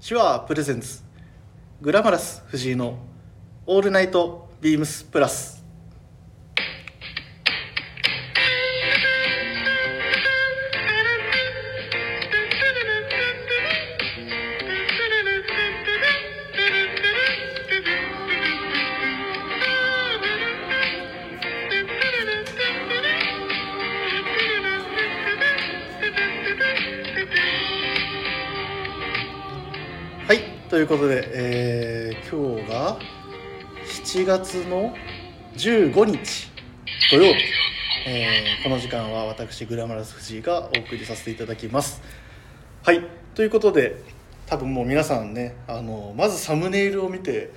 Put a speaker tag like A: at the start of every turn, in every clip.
A: 手話プレゼンツグラマラス藤井のオールナイトビームスプラス
B: Thank you.
A: はいということで、えー今日が7月の15日土曜日、えーこの時間は私グラマラス藤井がお送りさせていただきますはいということで多分もう皆さんねあのまずサムネイルを見て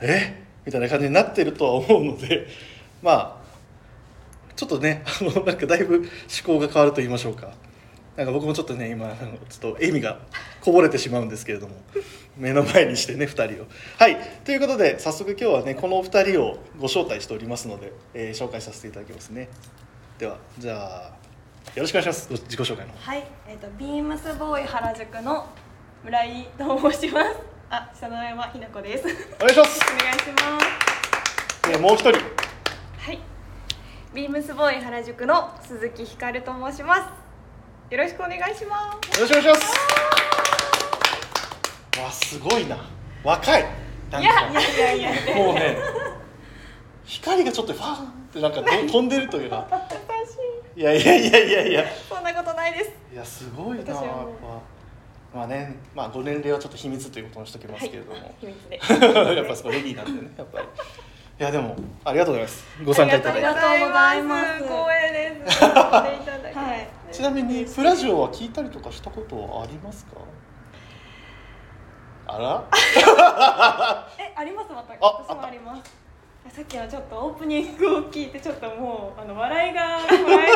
A: えみたいな感じになってるとは思うので まあちょっとねあのなんかだいぶ思考が変わると言いましょうかなんか僕もちょっとね今あのちょっと笑みがこぼれてしまうんですけれども 目の前にしてね2人をはいということで早速今日はねこのお二人をご招待しておりますので、えー紹介させていただきますねではじゃあよろしくお願いしますご自己紹介の方
C: はい、えっ、とビームスボーイ原宿の村井と申します。あ、下の山ひな子です。
A: お願いします
C: お願いします。
A: でもう一人
C: はい。ビームスボーイ原宿の鈴木ひかると申します。よろしくお願いします。
A: よろしくお願いしますわすごいな若いなん
C: い
A: か
C: やいやいやいや。
A: もうね光がちょっとファーンってなんかど飛んでるというか
C: 優しい。
A: いやいやいやいやいや
C: そんなことないです。
A: いやすごいな
C: 私は
A: やっ
C: もう
A: ぱまあねまあご年齢はちょっと秘密ということにしときますけれども、
C: 秘密で。
A: やっぱそこレディーなんでねやっぱりいやでもありがとうございますご参加いただい
C: あり
A: て
C: がとうございます
D: 光栄です。来ていただいて
C: はい。
A: ちなみにプラジオは聞いたりとかしたことはありますかあら
C: え、ありますまた。
A: あ
C: 私もあります。さっきのちょっとオープニングを聞いてちょっともうあの笑いがこらえ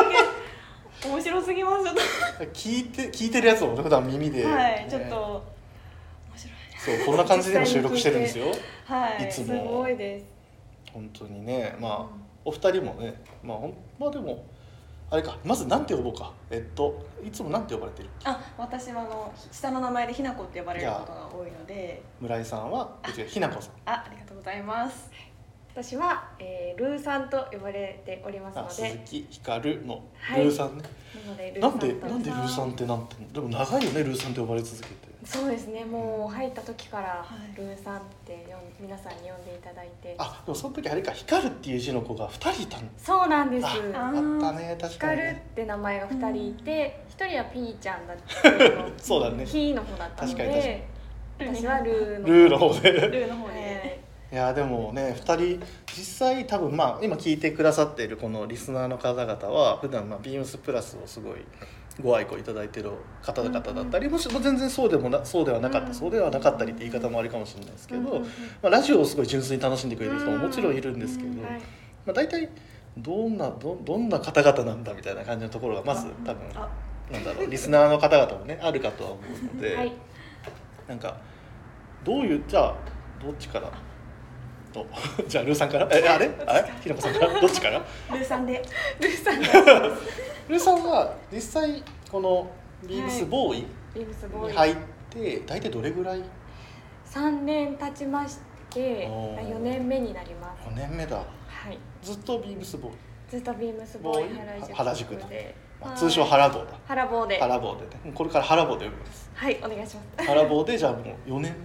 C: て面白すぎますちょっと。
A: 聞いて聞いてるやつをね普段耳で、
C: はい、
A: ね
C: ちょっと面白い。
A: そうこんな感じでも収録してるんですよ
C: はい、
A: いつも
C: すごいです。
A: 本当にねまあお二人もねまあほんまあでもあれかまずなんて呼ぼうかえっといつもなんて呼ばれてる
C: あ、私はあの下の名前でひなこって呼ばれることが多いので、
A: 村井さんはうちがひなこさん
C: あ、ありがとうございます。
D: 私は、えー、ルーさんと呼ばれております
A: あ
D: の
A: 鈴
D: で、
A: 木ひかるの
D: はい
A: ルーさんね、
D: なのでル
A: な
D: ーさ
A: ん
D: んと
A: でなんでルーさんってなんてでも長いよねルーさんって呼ばれ続けて
D: そうですね。もう入った時から
C: はい
D: ルーさんって呼ん皆さんに呼んでいただいて、
A: あでもその時あれかひかるっていう字の子が二人いたの
D: そうなんです。
A: ああ
C: あ
A: ったね確
D: ヒ
A: か
D: カ
A: に
D: ルっ
A: ね
D: て名前が二人いて、一人はピーちゃんだったけど
A: そうだね
D: ヒーの方だったの
A: 確かに
D: で、私はルーの方
A: ルーの方で
C: ルーの方
D: はい
C: で。
A: いやでもね2人実際多分まあ今聞いてくださっているこのリスナーの方々は普段まあビームスプラスをすごいご愛顧いただいてる方々だったり、もしも全然そうでもなそうではなかった、
D: うん
A: そうではなかったりって言い方もあるかもしれないですけど、
D: うんうんうん
A: まあ、ラジオをすごい純粋に楽しんでくれてる人も
D: うん
A: もちろんいるんですけど、
D: うんはい
A: まあ、大体どんなどどんな方々なんだみたいな感じのところがまず多分
C: あ、
A: なんだろうリスナーの方々もねあるかとは思うので。
D: はい、
A: なんかどういうじゃあどっちからと じゃあルーさんからえあれあれひなこさん からどっちから
C: ルーさんで。
D: ルーさんが
A: ルーさんは実際このビームスボーイ
D: ビームスボー
A: に
D: イ。
A: 入って大体どれぐらい
D: 三年経ちまして、
A: おー
D: 四年目になります。
A: 4年目だ
D: はい。
A: ずっとビームスボーイ、
D: ずっとビームスボーイ原宿
A: 原宿
D: で
A: まあ、
C: はい
A: 通称原坊だ
D: 原坊で
A: 原坊でねもうこれから原坊で呼びます
D: はいお願いします
A: 原坊でじゃあもう4年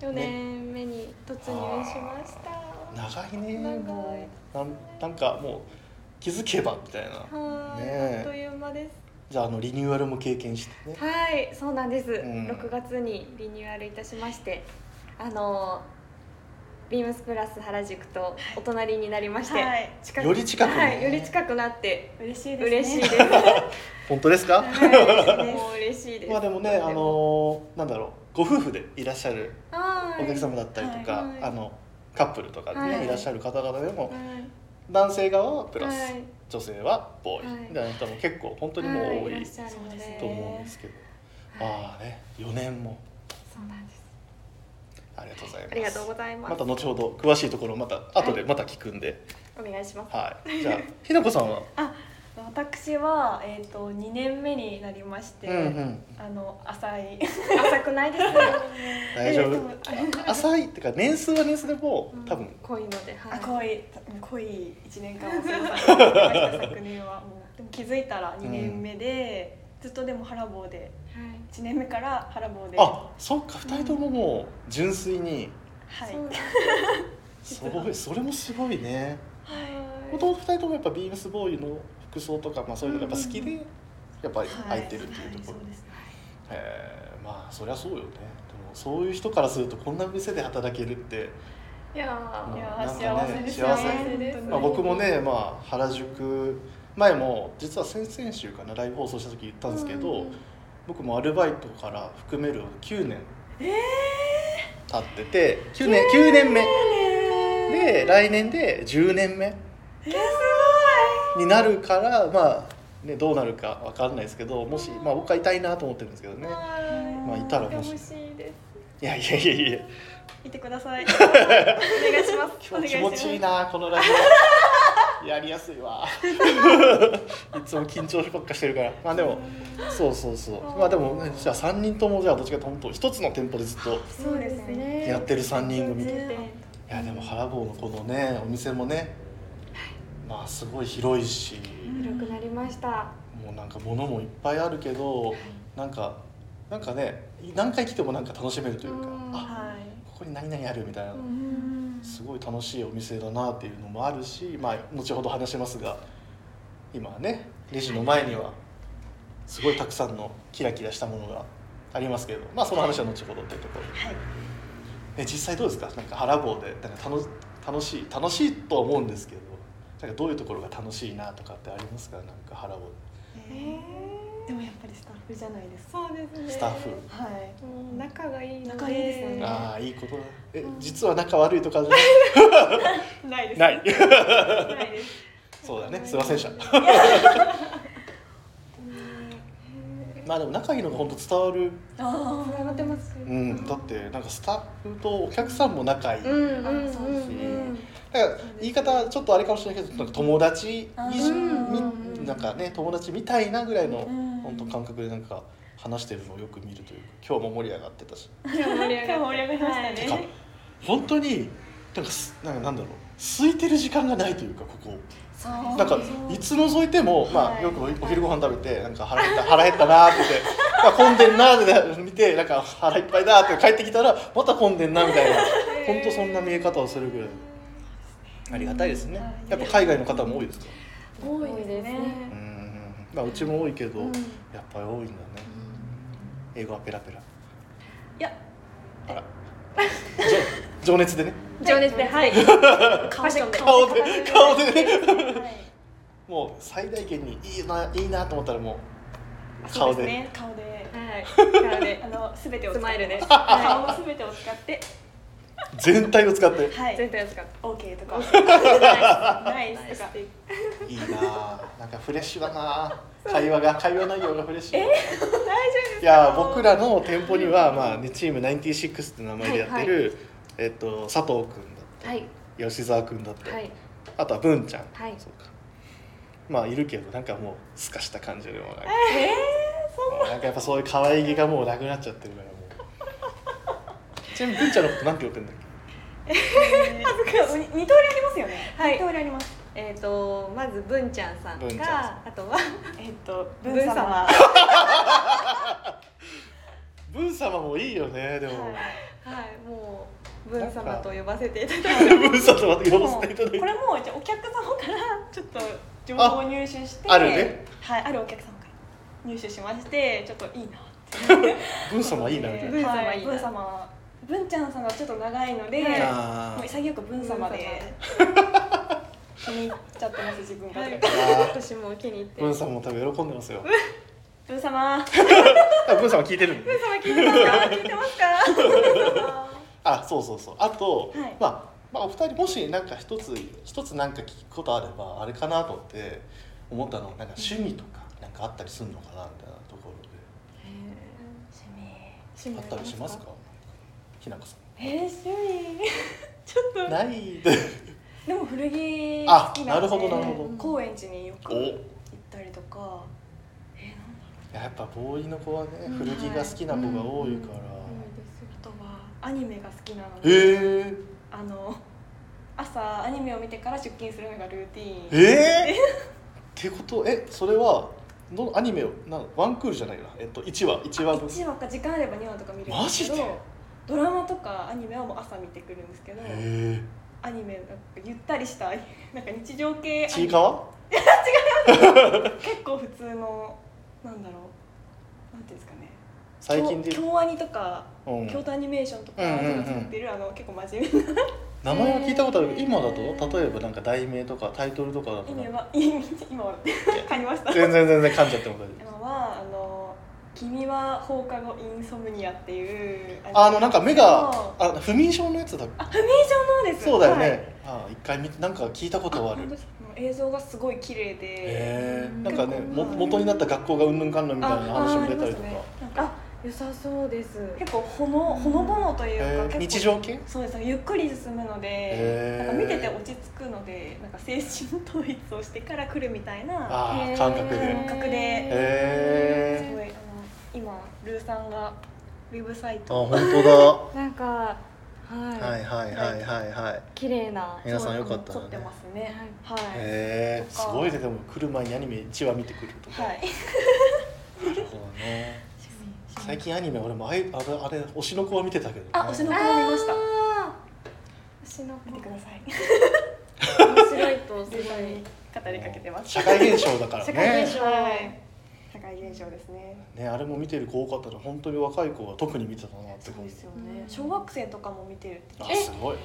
D: 4年目に突入しましたは
A: 長いね
D: 長い
A: もうなんなんかもう気づけばみたいな
D: ーい、
A: ねえ
D: あっという間です
A: じゃああのリニューアルも経験してね
D: はいそうなんです、
A: うん
D: 6月にリニューアルいたしましてあのビームスプラス原宿とお隣になりまして、
C: はい
D: 近く
A: より近くに
D: はいより近くなって
C: 嬉しいですね。
D: 嬉しいです
A: 本当です か
D: はいもう嬉しいです
A: まあでもね、あのーなんだろうご夫婦でいらっしゃる
D: はい
A: お客様だったりとか、
D: はいはい
A: あのカップルとかで、ね
D: はい
A: い、らっしゃる方々でも
D: はい
A: 男性側はプラス、
D: はい
A: 女性はボーイ、
D: はい
A: みたいな人も結構本当にもう
D: はい
A: 多
D: ら
A: い
D: っしゃるので
A: と思うんですけど、ああね4年も
D: そうなんです
A: ありがとうございます
D: ありがとうございます
A: また後ほど詳しいところまた後でまた聞くんで、
D: お願いします
A: はいじゃあひなこさんは
C: あ、私は、えー、と2年目になりまして、
A: うんうん
C: あの浅い
D: 浅くないですね
A: 大丈
C: え
A: 夫
C: ーと
A: 浅いってか年数は年数でも
D: う ん
A: 多分
D: 濃いので、は
C: あ
D: い、
C: 濃い濃い1年間を過ごさせていただきました昨年はもうでも気づいたら2年目で、ずっとでも腹棒で
D: はい
C: 1年目から腹棒では
A: あそっか2人とももう純粋に
C: い
D: そうなんです
A: すごいそれもすごいね
D: はい
A: もともと2人ともやっぱビームスボーイの服装とか、まあ、そういうのがやっぱ好きで、やっぱり
C: は
A: 入ってるっていうところ、
C: はいそうですね
A: へえまあそりゃそうよねでもそういう人からするとこんな店で働けるって、
D: いや
A: うん
C: い
D: ー
C: やー
A: なんか
C: 幸
A: ね
C: せです
A: 幸せ
C: ね
A: まあ、僕もね、まあ、原宿前も実は先々週かなライブ放送した時言ったんですけど、
D: うん
A: 僕もアルバイトから含める9年経ってて、9年9年目で来年で10年目
C: えー、す
A: になるからまあ、ね、どうなるかわかんないですけどもし、まあ、僕はいたいなと思ってるんですけどね
D: はい
A: まあいたら
D: 欲
A: 欲
D: し
A: しい
D: いです
A: いやいやいやいや
C: ごいいてくださいお願いします
A: 今日 気持ちいい
C: な
A: なこのラジオやりやすいわ いつも緊張ばっかしてるからまあでもそうそうそうまあでもねじゃあ3人ともじゃあどっちかというと本当一つの店舗でずっと
C: そうですね
A: やってる3人組でい
C: ね
A: やでも原坊のこのねお店もねまあすごい広いし
D: 広くなりました
A: もうなんか物もいっぱいあるけどなんかなんかね何回来てもなんか楽しめるというか
D: うん
A: あ
C: はい
A: ここに何々あるみたいな
C: うん
A: すごい楽しいお店だなっていうのもあるし、まあ、後ほど話しますが今はねレジの前にはすごいたくさんのキラキラしたものがありますけど、まあ、その話は後ほどっていうところで、
C: はい
A: え実際どうですかなんか腹棒でなんか楽楽しい楽しいとは思うんですけどなんかどういうところが楽しいなとかってありますかなんか腹棒
C: えーでもやっぱりスタッフじゃないですか
D: そうですね
A: スタッフ、
C: はい
D: うん仲がいいので
C: 仲いいですよね
A: ああいいことだえ
D: うん
A: 実は仲悪いとかじゃ
C: ないです
A: ないない
C: ないで す
A: そうだねすいませんで した
D: うん
A: まあでも仲いいのが本当伝わる
C: あ
D: 繋がってますよ
A: うん、だってなんかスタッフとお客さんも仲いい、
D: うん
A: だか
D: うんうん
C: そうです
D: うん
A: ら言い方ちょっとあれかもしれないけどなんか友達以上
D: うん
A: み
D: うんうん
A: なんかね友達みたいなぐらいの
C: うん
A: 本当感覚でなんか話してるのをよく見るというか今日も盛り上がってたし
D: 今日盛り上
C: 今日
D: が
C: 盛り上がりました
A: てか
C: ね
A: 本当になんかすなんかなんだろう空いてる時間がないというかここ
D: そ
A: なんかいつ覗いても、まあ、よくおお昼ご飯食べてなんか腹減った腹減ったなーって 言ってまあ混んでんなーって見てなんか腹いっぱいだーって帰ってきたらまた混んでんなみたいな本当そんな見え方をするぐらいありがたいですねやっぱ海外の方も多いですか
D: 多いですね
A: うーん、まあ、うちも多いけど、
D: うん
A: やっぱり多いんだね英語はペラペラ
C: いや
A: あらじょ情熱 でね
D: 情熱ではい
C: ファッションで
A: 顔で顔でね
C: はい
A: もう最大限にいいないいなと思ったらもう
C: そ
A: 顔
C: うで
A: で
C: すね顔で
D: はい顔
C: あ
D: で
C: の全てを使って
D: スマイルで
C: 顔の全てを使って
A: 全体を使 って
C: は
D: 全
C: い
D: 体を使って
C: OK とかナイスとか
A: いいなあなんかフレッシュだなあ会話が会話内容がフレッシュ
C: 大丈夫
A: いや僕らの店舗には、まあね、チーム96って名前でやってる、えっと、佐藤君だった
D: はい
A: り吉沢君だったり、
D: はい
A: あとは文ちゃん、
D: はい
A: そうかまあいるけどなんかもうすかした感じでもなんか
C: え
A: なんかやっぱそういう可愛げがもうなくなっちゃってるからもうちなみに文ちゃんのことなんて呼んでんだっ
C: ー二二通りありますよね
D: はい
C: 二通りあります
D: えっとまず文ちゃんさん
A: 文ちゃんさ
D: かあとは
C: えっと
D: 文
C: 文
D: 様
C: 様
A: け文様もいいよねでも、
C: はい
D: はいもう文様と呼ばせていただいて
A: 文様とまた
C: で
A: 呼
C: も
A: ばせていただいて
C: これもじゃあお客様からちょっと情報を入手して
A: ああるね
C: はいあるお客様から入手しましてちょっといいな
A: 文様いいなみたいな
D: 文様
C: はい
D: いな
C: 文様文ちゃんさんがちょっと長いので、
D: はい
A: あー
C: もう潔く文様で気に入っちゃってます自分が、
D: はい
A: あ
D: 私も気に入って
A: 文様も多分喜んでますよ
C: 文 様
A: 多分文様聞いてるんで
C: 文様聞いてますか聞いてますか
A: あそうそうそうあと、
C: はい
A: まあまあお二人もしなんか一つ一つなんか聞くことあればあれかなと思って思ったのなんか趣味とかなんかあったりするのかなみたいなところ
C: 趣味
D: 趣味
A: であったりしますか
D: あ
A: ひなこさん
C: えー、趣味ちょっと
A: ないで
C: でも古着好きなんで
A: あなるほどなるほ
D: ど
C: 高円寺によく
A: お
C: 行っったりとかえー、なんだろ
A: やっぱボーイの子はね
C: うん
A: 古着が好きな子が多いから、
C: うあとはアニメが好きなので
A: へえ
C: あの朝アニメを見てから出勤するのがルーティーン
A: えー、ってことえそれはどのアニメをなんワンクールじゃないなえっと1話1話分
C: 1話か時間あれば2話とか見るんですけ
A: マジ
C: ど
A: で
C: ドラマとかアニメはもう朝見てくるんですけど
A: へ
C: アニメなんかゆったりしたア ニメなんか日常系
A: え
C: ア
A: ち
C: ニ
A: い
C: メ
A: かわ
C: 結構普通のなんだろうなんていうんですかね
A: 最近で
C: 京京アニとか、
A: うん
C: 京都アニメーションとか
A: うんうんうん
C: が作ってるあの結構真面目な
A: 名前は聞いたことあるけど
D: へー
A: 今だと例えばなんか題名とかタイトルとかだと
C: ア
A: な
C: ニ
A: ん
C: メ
A: か
C: は今今は買いました
A: 全然全然噛んじゃっても大丈
C: 今はあの「君は放課後インソムニア」っていう
A: 夫あのなんか目が
C: そう
A: あ不眠症のやつだ
C: あ不明症のです
A: そうだよ
C: はい
A: ね、あ一回見てなんか聞いたことはある
C: 本当ですかあの映像がすごい綺麗で
A: へえ
D: うん
A: なんかね
C: 結構
A: も元になった学校がうんぬんかんぬんみたいな話も出たりとか
C: あありますねなんか
D: あ良さそうです
C: 結構ほのほのぼのというか
A: へ
C: 結
A: え
C: 構
A: 日常系
C: そうですゆっくり進むの
A: へ
C: で
A: ー
C: なんか見てて落ち着くのでなんか精神統一をしてから来るみたいな
A: あ
D: へ
A: あ
D: ー
A: 感覚で
C: 感覚です
A: へえ
C: ごいあの今ルーさんがウェブサイ
A: あ
C: ト
A: 本当
D: なんかは
A: だはいいはいはいはいはい
D: 綺麗な
A: 皆さんよかった
C: 撮
A: ら
C: って
A: ね
C: ますねはい
A: へえ
C: と
A: す
C: か
A: ごいねでも来る前にアニメ1話見てくるとか
C: はい
A: なるほどね最近アニメ俺もあいあれあれ推しの子は見てたけどね
C: あ推しの
D: あ
C: 子
D: ー
C: も見ました
D: 推しの子
C: 見てください
D: 面白いとすご
C: ル
D: い
C: ーさんに語りかけてます
A: 社会現象だから
D: 社会
A: ね
D: 現象
C: はい社会現象ですね
A: ねあれも見てる子多かったら本当に若い子は特に見てたなって
C: そう
A: 感
C: で
A: じ
C: すよ
D: う
C: ね
D: ん
C: 小学生とかも見てるって
A: あ
D: え
A: すごい、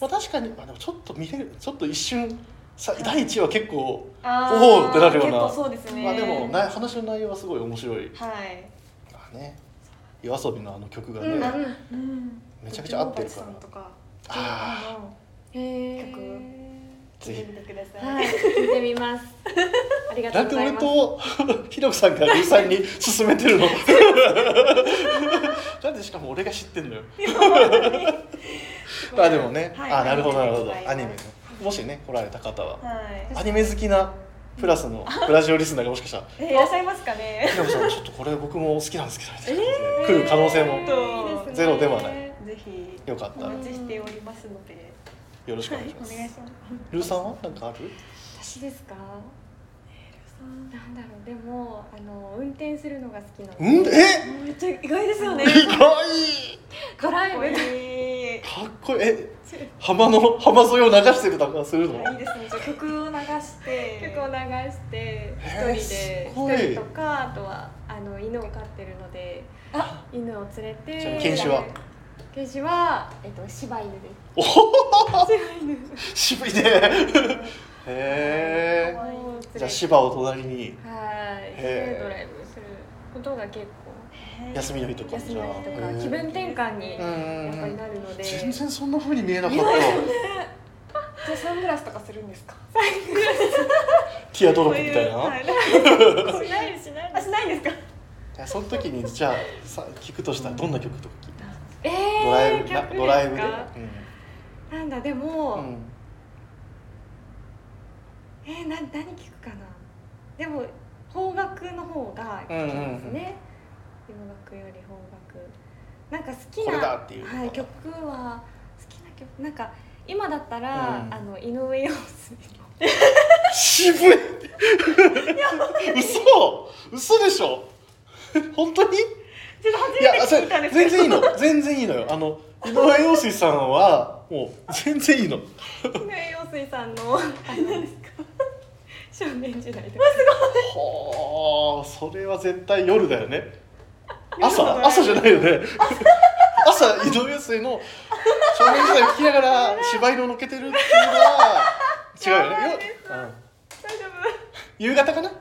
A: まあ、確かにあでもちょっと見れるちょっと一瞬さ第1話結構、おーってなるような
C: 結構そうですね
A: まあ、でもな話の内容はすごい面白い
C: はい
A: からね夜遊びのあの曲がね、
D: うんうん
C: うん
A: めちゃくちゃ合ってる
C: ジ
A: か
C: ョー
A: ら
C: おばちさんとか
A: あ
D: へ
C: 曲
A: ぜ
C: ぜ
A: ひ
C: ひ見てください、
D: はい聞いてみますありがと
A: な
D: うんご
A: で
D: ざ
A: 俺
D: います
A: と ひろこさんがルーさんに勧めてるのなんでしかも俺が知ってんのよまあでもね、
C: はい
A: あなるほどなるほど
C: あ
A: ア
C: りがとうございます
A: ニメねもしね来られた方は
C: はい
A: アニメ好きなプラスのブラジオリスナーがもしかしたら
C: えーいらっしゃいますかね
A: ひろこさんちょっとこれ僕も好きなんですけどみたいな感じで来る可能性も
C: えと
D: いいすね
A: ゼロではない
C: ぜひ
A: よかっ
C: お
A: たら
C: 待ちしておりますので、
A: よろしくお願いし
C: お
A: ます。
C: 願いします
A: ルーさんはなんかある？
D: 私ですかなんだろうでもあの運転するのが好きな
A: うん
D: ので
A: え？
C: めっちゃ意外ですよね
A: 意外。
D: ドライ
C: かっ
D: ブ
C: こいい
A: かっこいいえ浜の浜沿いを流してるとかするの？
C: いいですねじゃあ曲を流して
D: 曲を流して
A: えー
D: 一人です
A: ごい
D: 一人とかあとはあの犬を飼ってるので
C: あ
D: 犬を連れ
A: ちなみ
D: て
A: に犬種は
D: 犬種は、えっと、柴犬です
A: おお渋いね。 へえ。
C: 可愛い
D: を連れて
A: じゃあ芝を隣に
D: はい
A: へー
D: でドライブすることが結
A: 休みの日とか
D: 構休みの日と
A: じゃあ
D: か
A: へー
D: 気分転換に
A: う
D: や
A: ん
D: っ
A: うん
D: ぱ
A: う
D: り
A: ん
D: なるので
A: 全然そんな風に見えなか った。
C: じゃあサングラスとかするんですか
A: ティアドロップみたい
C: そう
A: な。
C: うはい
D: しないですしないで
C: あ
D: す
C: しないんですか
A: いやその時にじゃあさ聞くとしたらどんな曲とか聞いた？
D: え
A: ドライ
D: ー
A: ブ
D: 曲です
A: な
D: か
A: ドライブで。
D: なんだで
A: う
D: も、
A: ん。うん
D: えー、な何聞くかなでも邦楽の方が聞きますね、洋楽より邦楽なんか好き
A: こ
D: な
A: れだっていう
D: はい、曲は好きな曲なんか今だったら、
A: うん
D: あの井上陽水の
A: 渋い嘘嘘でしょ本当に
C: ちょっと初
A: いやそれ
C: めて聞 いたんですけ
A: 全然い
C: ど
A: いの全然いいのよあの井上陽水さんはもう全然いいの
D: 井上陽水さ んのあのですか 少年時代とか
A: ほーそれは絶対夜だよね
C: 夜だ
A: 朝
C: ね
A: 朝じゃないよね朝井上陽水の少年時代を聞きながら芝居ののっけてるっていうのは違うよねようん
C: 大丈夫
A: 夕方かな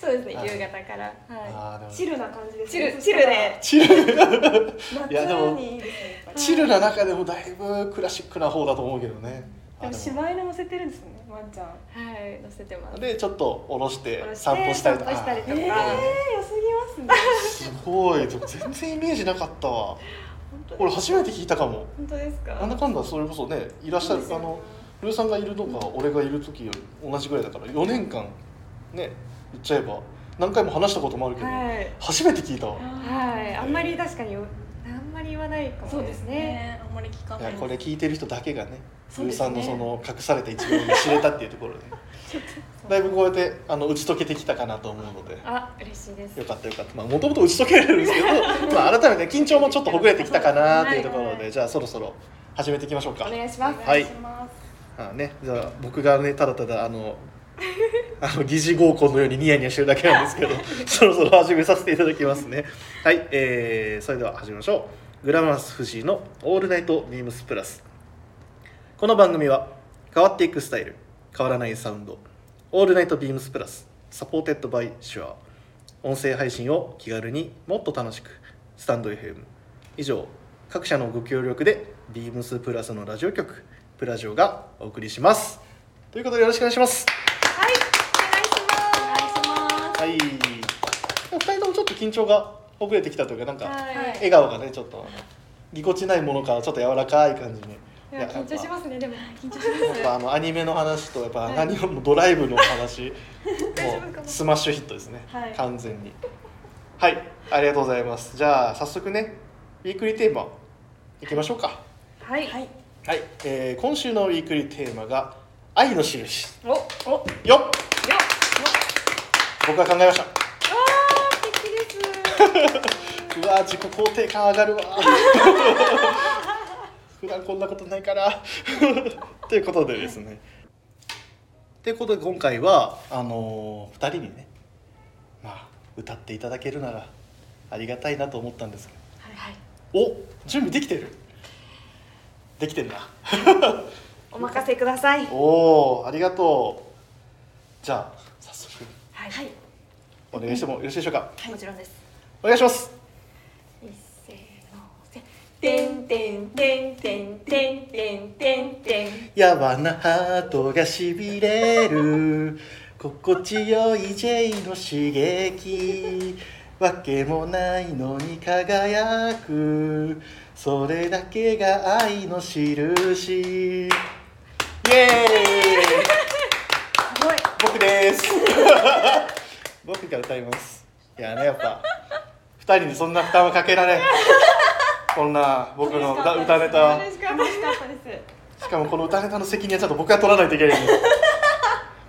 D: そうですね
A: はい
D: 夕方からは
A: あーでも
C: チルな感じです
D: チ
C: ね
D: ルチルで
A: チル
C: そしたら
A: いやでも
C: 夏にいいですねやっぱり
A: チルな中でもだいぶクラシックな方だと思うけどね。
C: でも柴犬乗せてるんですよねワンちゃん
D: いはい載せてます
A: でちょっと下ろして
D: 下ろして
A: 散歩したりとか。
D: 散歩したりとか
A: あー
C: えー、良すぎます
A: す
C: ね
A: ごい。でも全然イメージなかったわ。
D: 本当
A: 俺初めて聞いたかも。
D: 本当ですか
A: なんだかんだそれこそねいらっしゃるあのルーさんがいるのか俺がいる時より同じぐらいだから4年間ね言っちゃえば何回も話したこともあるけど、
D: はい
A: 初めて聞いたわ
D: はいあんまり確かにあんまり言わないかも
C: そうですね。あんまり聞か
A: い
C: な
A: や
C: い。
A: これ聞いてる人だけがね
C: そう
A: ゆう
C: ですね
A: さんのその隠された一面が知れたっていうとこ ろで、だいぶこうやってあの打ち解けてきたかなと思うので
D: あ嬉しいです
A: よかったよかったまあもともと打ち解けられるんですけどまあ改めて緊張もちょっとほぐれてきたかなというところ
C: は
A: でじゃあそろそろ始めていきましょうか
D: お願いします
C: お
A: は
C: 願
A: い
C: いします。
A: あね、じゃあ僕がねただただあのあの疑似合コンのようにニヤニヤしてるだけなんですけどそろそろ始めさせていただきますねはい、えーそれでは始めましょうグラマラス藤井の「オールナイトビームスプラス」この番組は変わっていくスタイル変わらないサウンド「オールナイトビームスプラス」サポーテッドバイシュア音声配信を気軽にもっと楽しくスタンド FM 以上各社のご協力でビームスプラスのラジオ局プラジオがお送りしますということでよろしくお願いします
D: はい
A: は
C: お願いします。
A: い2人ともちょっと緊張がほぐれてきたというかなん
D: お願いします
A: か
D: はい
A: 笑顔がねちょっとぎこちないものからちょっと柔らかい感じに
D: いや緊張しますねでも緊張し
A: やっぱあのアニメの話とやっぱ
D: はい
A: 何よりもドライブの話も
D: 大丈夫か
A: う
D: な
A: スマッシュヒットですね、
C: はい
A: 完全にはいありがとうございますじゃあ早速ねウィークリーテーマいきましょうか
D: はい
C: はい。
A: はい、えー今週のウィークリーテーマが愛の印
D: およっ
C: お、よ
A: よっ僕が考えました
D: あー素敵で す
A: うわー自己肯定感上がるわー 普段こんなことないから ということでですねということで今回はあの2人にねまあ歌っていただけるならありがたいなと思ったんですけ
D: はい
A: どお準備できてるできてるな
D: お任せくださいはい
A: おおありがとうじゃあ早速
D: はい
A: お願いしてもよろしいでしょうか
D: もちろんです
A: お願いします
D: いっせーのせ
C: てんてんてんてんてんてんてんてん。
A: やわなハートがしびれる心地よい J の刺激わけもないのに輝くそれだけが愛の印イエーイ
D: すごい
A: 僕です 僕が歌いますいやねやっぱ二人にそんな負担はかけられんこんな僕の歌歌ネタ
C: 楽しかったです。
A: しかもこの歌ネタの責任はちょっと僕が取らないといけないんです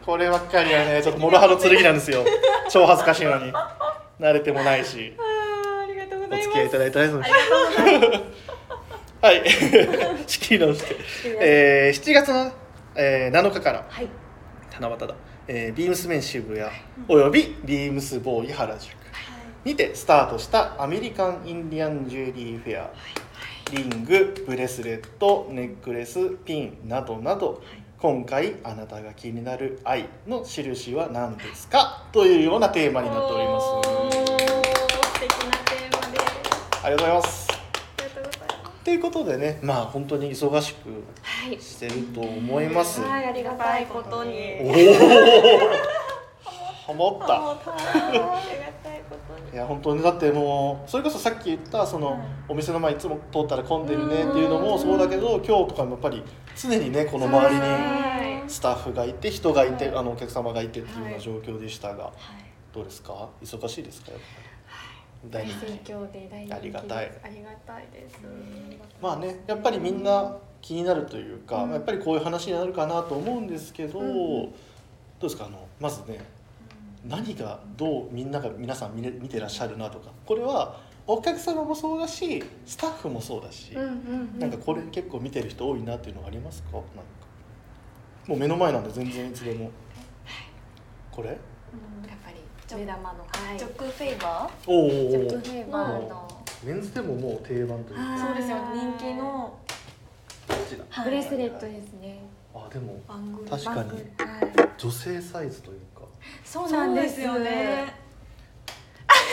A: こればっかりはねちょっと諸刃の剣なんですよ超恥ずかしいのに慣れてもないし
C: あーありがとうご
A: お
C: ざい
A: 付き
C: ま
A: 合いい
C: す。
A: ただいてありがとうございますはい 仕切り直して、えー7月の、えー7日から
D: はい
A: 七夕だ、えービームスメン渋谷およびビームスボーイ原宿にてスタートしたアメリカン・インディアン・ジュエリー・フェア、リングブレスレットネックレスピンなどなど、今回あなたが気になる愛の印は何ですかというようなテーマになっております
C: おー素敵なテーマです。
A: ありがとうございます
C: ありがとうござい ます。
A: ということでねまあ本当に忙しく
D: はい
A: してると思います、
D: はいありがたいこと
A: お
D: に
A: おハマった
C: あーありがたいことに。
A: いや本当にだってもうそれこそさっき言ったその、
C: はい
A: お店の前いつも通ったら混んでるねっていうのもそうだけど今日とかもやっぱり常にねこの周りに
D: はい
A: スタッフがいて人がいて、
D: はい
A: あのお客様がいてっていうよう
D: は
A: ない状況でしたが、
D: はい
A: どうですか忙しいですかやっぱり大
D: 大
A: 人
D: 盛
A: 気
D: 況で大人気です
A: ありがたい
D: ありがたいです
A: まあねやっぱりみんな気になるというか、
D: うん
A: やっぱりこういう話になるかなと思うんですけど、
D: うん
A: どうですかあのまずね何がどうみんなが皆さん見れ見てらっしゃるなとかこれはお客様もそうだしスタッフもそうだし、
D: うんうんう
A: なんかこれ結構見てる人多いなっていうのありますかなんかもう目の前なんで全然いつでもこれ
D: やっぱり目玉のはい
C: ジョックフェイバ
A: おお
D: ジョックフェーバーの
A: メンズでももう定番という
C: ー？
A: か
D: は
C: そうですよ。人気の
A: こっちだ
C: はい
D: ブレスレットですね
A: あでも
C: 番組。
A: 確かに
D: バッグはい
A: 女性サイズというか
D: そ
C: そうなんですよね。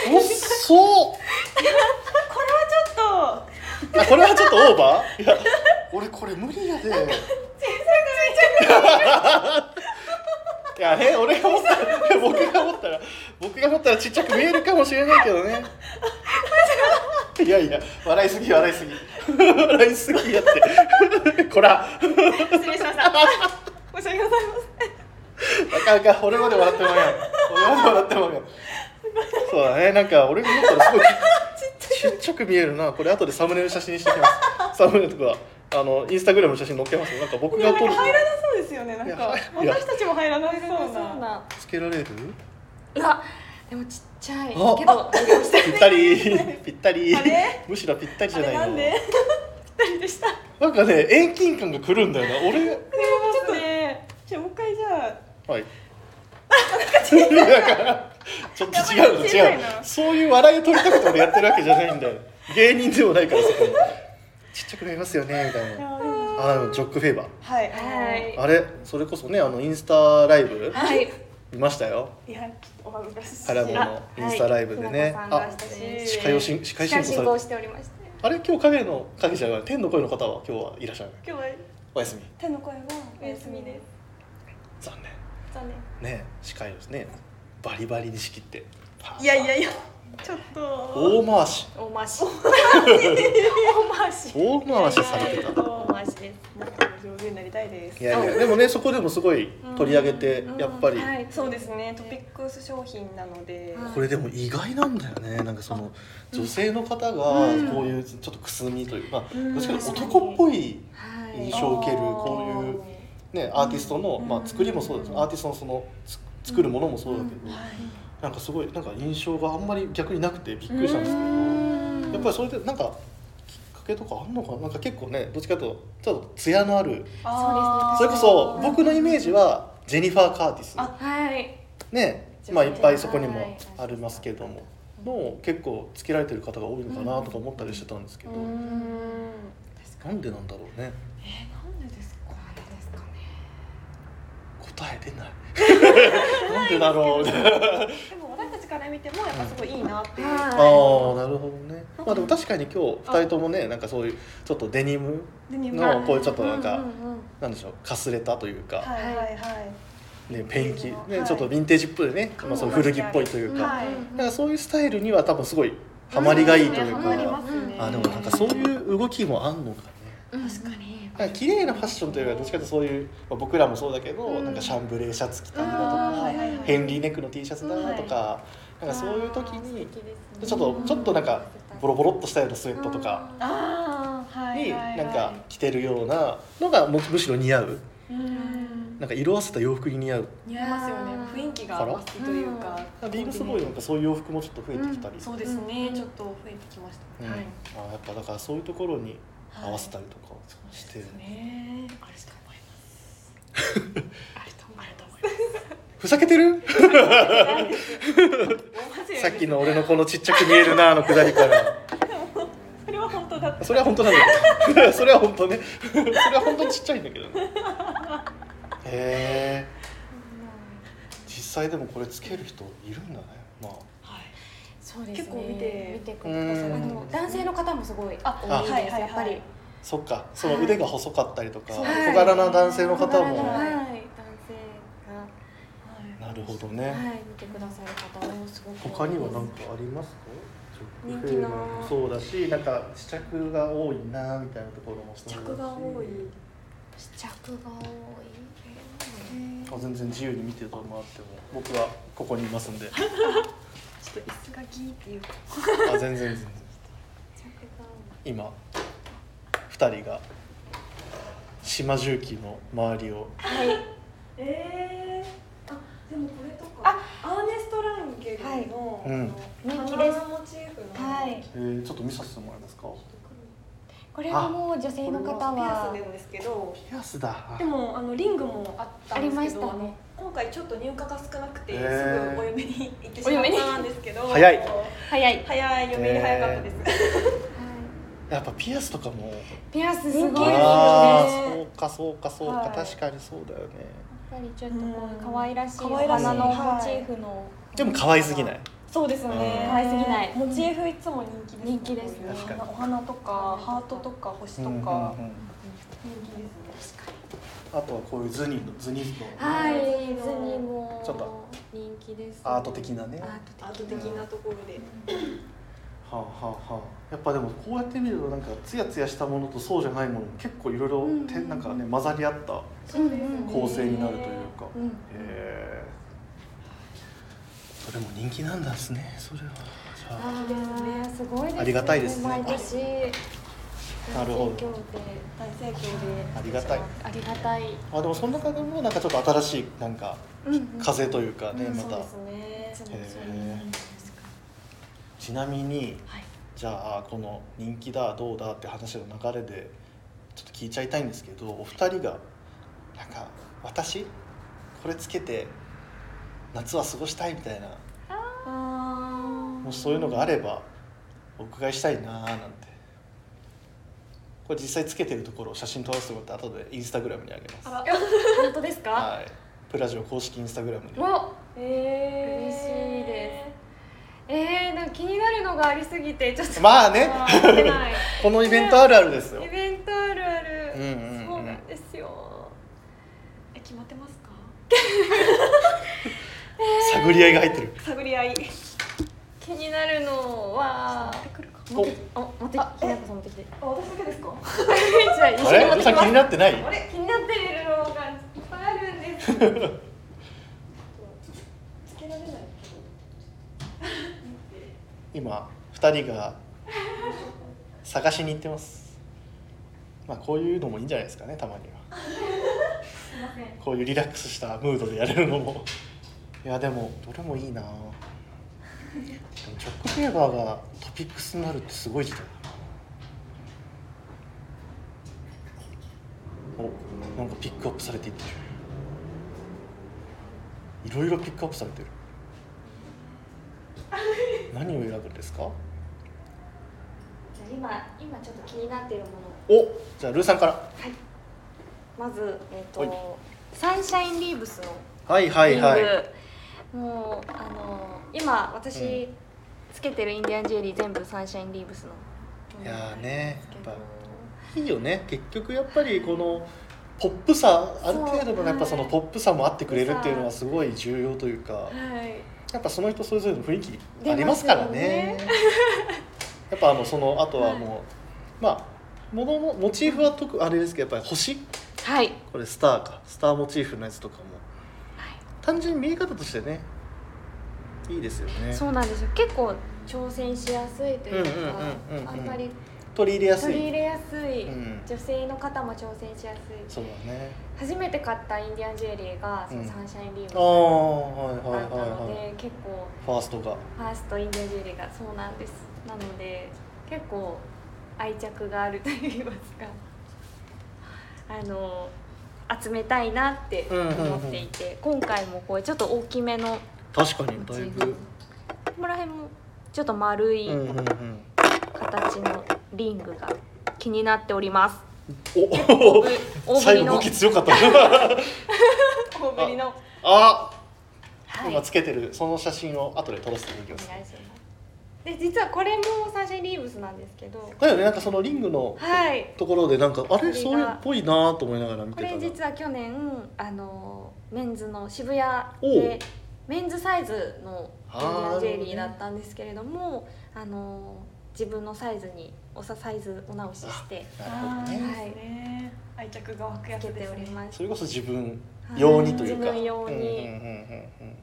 A: おっそう
C: これはちょっと
A: あこれはちょっとオーバーいや 俺これ無理やでいやね俺が思ったらいや僕が思ったら僕が思ったらちっちゃく見えるかもしれないけどねいやいや笑いすぎ笑いすぎ笑いすぎやってこら
C: 失礼しました。申し訳ございません。
A: なかなか俺まで笑ってもらえん俺は笑っても分かんないそうだねなんか俺が思ったらすごいちっちゃく見えるなこれ後でサムネイル写真にしてきますサムネイルとかあのインスタグラムの写真載っけますよなんか僕
C: でも
A: が
C: なん
A: 撮
C: か
A: る
C: 入らなそうですよねなん
A: いや
C: か
A: いや
C: 私たちも入らなそう
D: そう
C: な
D: な
A: つけられる
D: うわでもちっちゃいけ
A: あ
D: ど
A: ぴった りぴったり
C: あれ
A: むしろぴったりじ
C: あ
A: ゃない
C: れ
A: の
C: なんでぴったりでした
A: なんかね遠近感がくるんだよな俺
C: ちょっとねじゃあもう一回じゃあ
A: はい。ちょっと違うの
C: やっぱり小さ
A: 違
C: いうな
A: そういう笑いを取りたくて俺やってるわけじゃないんだよ芸人でもないからそこにちっちゃくなりますよねみたい
C: いや
A: な
C: でも
A: あのジョックフェーバ
C: はい
D: はい
A: ーあれそれこそねあのインスタライブ
D: はい
A: 見ましたよ
C: いやちょっとお恥ずかしい
A: カラボのインスタライブでね、
D: はい久保田さんが
A: あ
C: 親し
A: 司会をし司会進行
D: 司
A: さ
D: 会
A: れ
D: 進行
A: て
D: しておりまして
A: あれ今日影の影じゃない天の声の方は今日はいらっしゃらない
C: 今日は
A: お休み
C: 手の声はお
D: お
C: 休
D: 休
C: み
D: み
C: で
D: ですす
A: 残
C: 残念
A: 念ね司会をですねバリバリに仕切ってパー
C: いやいやいやちょっと
A: 大回し
D: 大回し大回し
A: 大回しされてた
D: 大回しです
C: もっと上手になりたいです
A: いやいやでもねそこでもすごい取り上げて
D: うん
A: やっぱり
D: はい
C: そうですねトピックス商品なので
D: はい
A: これでも意外なんだよねなんかその女性の方がこういうちょっとくすみというまあ
D: うん
A: どっちかというと男っぽい
D: はい
A: 印象を受けるこういうねアーティストの
D: うん
A: まあ作りもそうですアーティストのそのつ作るものもそうだけどなんかすごいなんか印象があんまり逆になくてびっくりしたんですけどやっぱりそれでなんかきっかけとかあんのかななんか結構ねどっちかというとちょっと艶のある
C: あー
A: それこそ僕のイメージはジェニファー・カーティス
C: あ
D: はい
A: ね
D: 女性
A: まあいっぱいそこにも
D: はい
A: ありますけどもの結構つけられてる方が多いのかなとか思ったりしてたんですけど、
D: う
C: うん
D: ん
A: なんでなんだろうね
C: えなんでですか
D: なんでですかね
A: 答え出ないなんでだろうね
C: でも私たちから見てもやっぱすごいいいなっていう
D: はい
A: ああなるほどねまあでも確かに今日2人ともねなんかそういうちょっとデニム
C: で日本
A: のこうちょっとなん
D: う
A: か
D: んうんうん
A: なんでしょうかすれたというか、
C: はいはいはい
A: ね、ペンキ、
C: は
A: ね、
C: い
A: ちょっとヴィンテージっぽいね、まあ、その古着っぽいというか,、
C: はい
A: なんかそういうスタイルには多分すごいハマりがいいという
C: そ
A: か、
C: うですねハマりますね
A: あでもなんかそういう動きもあんのかね
D: 確かに
A: なんか綺麗なファッションというよりはどっちかというとそういう、まあ、僕らもそうだけど、
D: うん
A: なんかシャンブレーシャツ着たりだと
C: うん
A: か、
C: はいはいはい
A: ヘンリーネックの T シャツだとか、なんかそういう時にちょっとちょっとなんかボロボロっとしたようなスウェットとか
C: ああはい
A: に
C: はいはい
A: なんか着てるようなのがむむしろ似合う
C: うん
A: なんか色あせた洋服に似合う
C: 似合いますよね雰囲気が
A: から
C: 好きというか
A: ビームスボーイなんかそういう洋服もちょっと増えてきたり、
C: そうですね
D: うん
C: ちょっと増えてきました
A: うん
C: ねはい
A: あやっぱだからそういうところに合わせたりとかしてる、
C: ねあると思いますあると思い
A: ふざけてる
C: ま す
A: さっきの俺のこのちっちゃく見えるなあのくだりから。
C: それは本当だった
A: それは本当なんだけど それは本当ねそれは本当にちっちゃいんだけどねへえ実際でもこれつける人いるんだねまあ
C: はい
D: そうですね
C: 結構見て
D: 見てくださ
A: う
D: い
A: ん
D: あの男性の方もすごい
C: あ
D: 多い
C: はい
D: です
C: はい
D: やっぱ
C: は
D: り
C: い
A: そっかその腕が細かったりとか小
C: はい
A: 柄な男性の方も、
D: はいはい男
A: なるほど
D: 性が
A: ね、
D: はい見てくださる方もすごく
A: 他には何かありますか
D: 人気の
A: そうだしなんか試着が多いなみたいなところもそうだ
C: 試
A: し
C: 着が多い
D: 試着が多い
A: あ全然自由に見てもらっても僕はここにいますん で
C: ちょっと椅子がギーっていう
A: あ全然全然
D: 試着が
A: 今2人が島重機の周りを
C: えー、あでもこれとかアーネスト・ランゲルの、
A: はいうん
C: あの
D: 人気です
C: 花モチーフの、
D: はい
A: えー、ちょっと見させてもらえますか
D: これはもう女性の方
C: ピアス
D: は
C: なんですけど
A: ピアスだ
C: でもあのリングもあったんですけど
D: ありましたね
C: の今回ちょっと入荷が少なくて
A: へ
C: す
A: ー
C: ごいお嫁に行ってしまったんですけ ど
A: 早い
D: 早い
C: 早い嫁に早かったです、
A: やっぱピアスとかも
D: ピアスすごいです
C: 人気です
A: あ
D: ね
A: あそうかそうかそうか、
C: はい
A: 確かにそうだよね
D: やっぱりちょっとこう可愛らしい
C: うん
D: お花の
C: 可愛ら
D: モ
C: し
D: チ
C: い
D: ーフの
A: でも可愛すぎない
C: そうですね
A: うん
D: 可愛すぎない
C: モチーフいつも人気です、ね、
D: 人気で
A: ね
D: す
A: 確かに
C: お花とかハートとか星とか
A: うんうんうん
C: 人気ですね
A: あとはこういうズニーのズニーの
D: はい
C: はい
D: 図にも
A: ちょっと
D: 人気です
A: アート的なね
D: アー
C: アー
D: ト
C: ト
D: 的
C: 的
D: な
C: なところで、
A: はあはあはあやっぱでもこうやって見るとなんかツヤツヤしたものとそうじゃないものも結構いろいろ
D: うん
A: てなんかね混ざり合った
D: そうですね
A: 構成になるというか、
D: うん
A: へえそれも人気なんですねそれはじゃあ
D: ああすごいですね
A: ありがたいですね
D: 毎年
A: なるほど
D: 大盛況で
C: 大盛況
A: ありがたい
D: ありがたい、
A: あでもその中でもなんかちょっと新しいなんか
D: うんうん
A: 風というかね、
D: うん
A: また、
D: そうですねいつもそうです
A: へちなみに
D: はい
A: じゃあこの人気だどうだって話の流れでちょっと聞いちゃいたいんですけどお二人がなんか私これつけて夏は過ごしたいみたいな
C: あ
A: もしそういうのがあればお伺いしたいなーなんてこれ実際つけてるところを写真撮らせてもらって後でインスタグラムにあげます
C: あら
D: 本当ですか
A: はいプラジオ公式インスタグラムに
D: お
C: え
D: 嬉
C: ー、
D: しいでえー、なんか気になるのがありすぎてちょっと
A: まあね
C: あ
D: 見てない
A: このイベントあるあるですよ
D: イベントあるある、
A: うんうんうん
D: そうなんですよ
C: え決まってますか
A: 探り合いが入ってる
C: 探り合い
D: 気になるのは
C: てくるか
A: お
D: あ持ってき
C: あ
D: てひなこさん持ってきて
C: あ私だけですか
D: じゃあ一
A: あ
D: 緒に持っ
A: れ
D: て
A: さ
D: き
A: ん気に
D: ま
A: なってない
D: すあれ気になっているのがいっぱいあるんですちょっとつけられない
A: 今二人が探しに行ってますまあこういうのもいいんじゃないですかねたまには
D: すいません
A: こういうリラックスしたムードでやれるのもいやでもどれもいいなでもチョコレーバーがトピックスになるってすごい時代だなおなんかピックアップされていってるいろいろピックアップされてる何を選ぶんですか
D: じゃあ今今ちょっと気になっているもの
A: おじゃあルーさんから
D: まずえっ、
A: はい
D: とサンシャインリーブスの
A: はいは
D: リ
A: い
D: ング、
A: はい
D: もうあの今私、
A: う
D: つけてるインディアンジュエリー全部サンシャインリーブスの
A: いやーね
D: け
A: や
D: ど
A: っぱいいよね結局やっぱりこのポップさある程度のやっぱそのポップさもあってくれるっていうのはすごい重要というか
D: はい
A: やっぱその人それぞれの雰囲気ありますからね
D: 出
A: やっぱあのそのあとはもう、まあもののモチーフは特あれですけどやっぱり星
D: はい
A: これスターかスターモチーフのやつとかも単純に見え方としてねいいですよね
D: そうなんですよ結構挑戦しやすいというか
A: うんうんうんうんうん
D: あんまり
A: 取り入れやす
D: 取り入
A: い
D: れやすい、
A: うん
D: 女性の方も挑戦しやすい
A: そうだね
D: 初めて買ったインディアンジュエリーがそ
A: うん
D: のサンシャインリーブス
A: ああはい
D: だ
A: はい
D: った
A: はい
D: ので、
A: はい
D: 結構
A: ファーストが
D: ファーストインディアンジュエリーがそうなんですなので結構愛着があると言いますかあの集めたいなって思っていて、今回もこうちょっと大きめの
A: 確か
D: モ
A: に
D: チ
A: だい
D: ーフ
A: ぶ
D: ここら辺もちょっと丸い
A: うんうんうん
D: 形のリングが気になっております
A: お
D: 大ぶ
A: 最
D: り
A: 後
D: の
A: 動き強かった
C: 大ぶりの
A: あ、
D: はい
A: 今つけてるその写真を後で撮らせていただき
D: お
A: ます
D: 願いしますで実はこれもサンシャインリーブスなんですけど
A: だよねなんかそのリングの
D: はい
A: ところでなんかあ
D: これ
A: れ
D: が
A: そういうっぽいなと思いながら見
D: こ
A: てた
D: れ
A: ら
D: 実は去年あのメンズの渋谷
A: おう
D: でメンズサイズのインディアンジュエリーだったんですけれどもあの自分のサイズにおさサイズお直しして
A: なるほど
C: いい
A: ね
D: ー
C: ですね愛着が湧くや
D: つけ
C: つで
D: て
C: す
D: おり
C: ね
D: ます
A: それこそ自分用にというか
D: 自分用に
A: うんうんうんうんうん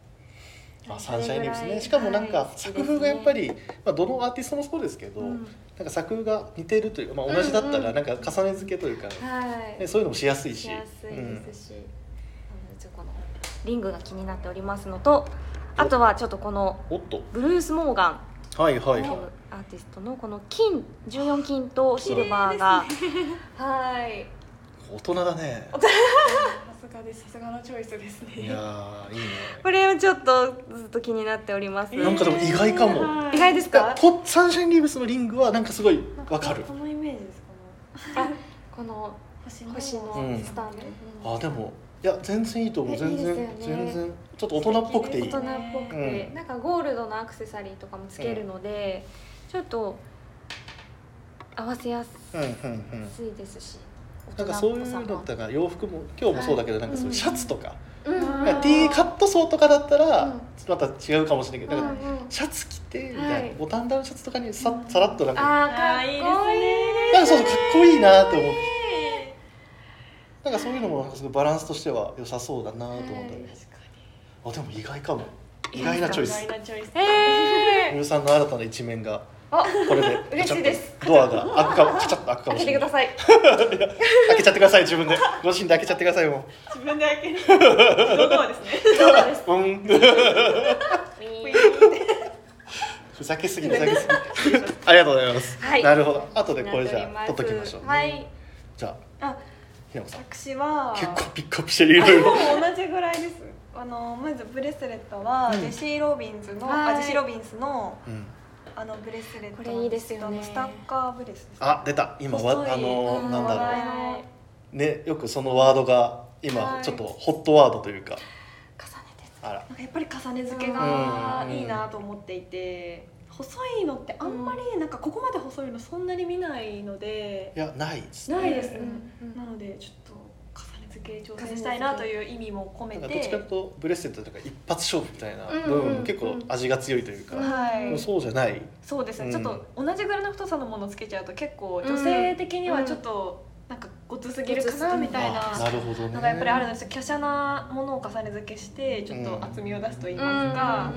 A: あサンシャインリーブス
D: それぐら
A: ね
D: い
A: しかもなん
D: はい
A: か
D: 好きですね
A: 作風がやっぱり、まあ、どのアーティストもそうですけど、
D: うん
A: なんか作風が似てるというか、まあ、同じだった
D: うんう
A: ら
D: ん
A: なんか重ね付けというか、
D: はい
A: ねそういうのもしやすいし
D: しやすい
A: うん
D: ですし、あのちょっとこのリングが気になっておりますのとあとはちょっとこの
A: おっと
D: ブルース・モーガン
A: はいはいはい、
D: アーティストのこの金14金とシルバーが、はい
A: 大人だね
C: さすがですさすがのチョイスですね
A: いやーいいね
D: これをちょっとずっと気になっております、
C: えー
A: なんかでも意外かも
C: はい
D: 意外ですか
A: こサンシャインリーブスのリングはなんかすごいわかる
C: このイメージですかね
D: この
C: 星
D: 星
A: う
D: の
A: ん
D: スタンプ、うん
A: あでもいや全然いいと思う
D: え
A: 全然
D: いいですよね
A: 全然ちょっと大人っぽくていい
D: 大人っぽくて、
A: うん
D: なんかゴールドのアクセサリーとかもつけるので、ちょっと合わせや
A: うんうんうん
D: すいですし
A: なんかそういうのだから洋服も今日もそうだけどなんかそういうシャツとか
D: うんうん
A: なんか T カットソーとかだった
D: う
A: ら
D: ん
A: また違うかもしれないけどなんか
D: うん
A: シャツ着てみたい
D: はい
A: なボタンダウンシャツとかにささらっとなんか
D: あーかっこいい
A: なんかそうそうかっこいいなと思う
C: ね
A: なんかそういうのもなんかすごいバランスとしては良さそうだなと思った
D: はい
A: あでも意外かも意外なチョイ
C: 意
A: ス
C: 外なチョイス。
D: え
A: 森さんの新たな一面が
D: あ
A: これで
D: 嬉しいです
A: ガチャッとドアが開くかカチャッと開くかも
D: 開け
A: してれ
D: く
A: な
D: だ
A: い
D: さい
A: 開けちゃってください自分でご自身で開けちゃってくださいも
C: 自分で 開ける。自動ドアですね。
D: そうなんです
A: ううん
C: ウィ
D: は
C: ーンって
A: ふざけすぎふざけすぎありがとうございます、
D: はい
A: なるほど後でこれじゃあ取っときましょう、
D: はい
A: じゃ
C: あ、
A: あひなこさん
C: 私は。
A: 結構ピックアップしてるいろい
C: ほ
A: ろ
C: ぼ同じぐらいです。あのまずブレスレットは
A: うん
C: ジェシー・ロビンズの、
D: はい
C: あジェシー・ロビンスの
A: うん
C: あのブレスレット
D: これいいですよね
C: あのスタッカーブレスです。
A: あ出た今
C: 細
A: わ
C: い
A: あの
C: う
A: ー
C: ん
A: なんだろう
C: 話題の
A: ねよくそのワードが今
D: はい
A: ちょっとホットワードというか
D: 重
A: あら
C: なんかやっぱり重ね付けがいいなと思っていて、細いのってあんまりなんかここまで細いのそんなに見ないので
A: い、やないです
C: ないですね
D: ね、うんうん
C: なのでちょっと重ね付け挑戦したいなという意味も込め
A: なんかどっちかという
C: て、
A: とブレスレットとか一発勝負みたいな
D: うん
A: 部分
D: う
A: も
D: ん
A: 結構味が強いというか、
C: は
A: で
C: い
A: もそうじゃない
C: そうですね、
A: うん
C: ちょっと同じぐらいの太さのものつけちゃうと結構女性的にはちょっとなんかごつすぎるかなみたい
A: あな
C: な
A: るほどね
C: のがやっぱりあるのでちょっと華奢なものを重ね付けしてちょっと厚みを出すと言いますか、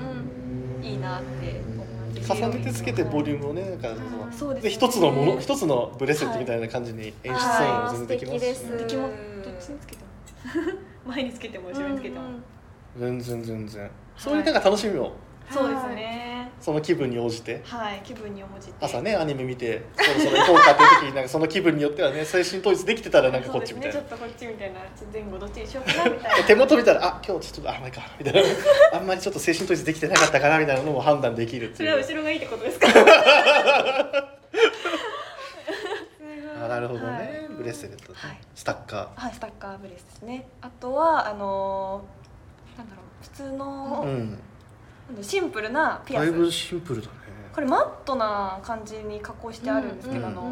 C: いいなって思います
A: 重ねてつけてボリュームをねなんかそ
D: うん
A: の
C: そうです
A: で
C: ね
A: 一つのもの一つのブレスレットみたいな感じに演出するのも全然できますし、
D: はいあー素敵です
C: どっちもどっちにつけても 前につけても後ろにつけても、
A: 全然全然そういうなんか楽しみを
C: そうですね
A: その気分に応じて
C: はい気分に応じて
A: 朝ねアニメ見てそろそろ行こうかっていう時になんかその気分によってはね精神統一できてたらなんかこっちみたいな
C: そうですね、ちょっとこっちみたいなちょっと前後どっちにしようかなみ たいな
A: 手元見たらあ今日ちょっとあんまりかみたいな あんまりちょっと精神統一できてなかったかなみたいなのも判断できるって
C: そ
A: い
C: れは
A: う
C: 後ろがいいってことですか
A: あなるほどね、
C: はい
A: ブレスレット、ね
C: はい
A: スタッカ
C: はい、スタッカーブレスですね。あとはあのーなんだろう普通
A: ー、
C: の、
A: うん、
C: シンプルなピア
A: だいぶ
C: ス。
A: シンプルだね
C: これマットな感じに加工してあるんですけど、
A: うん
C: あの、
D: うん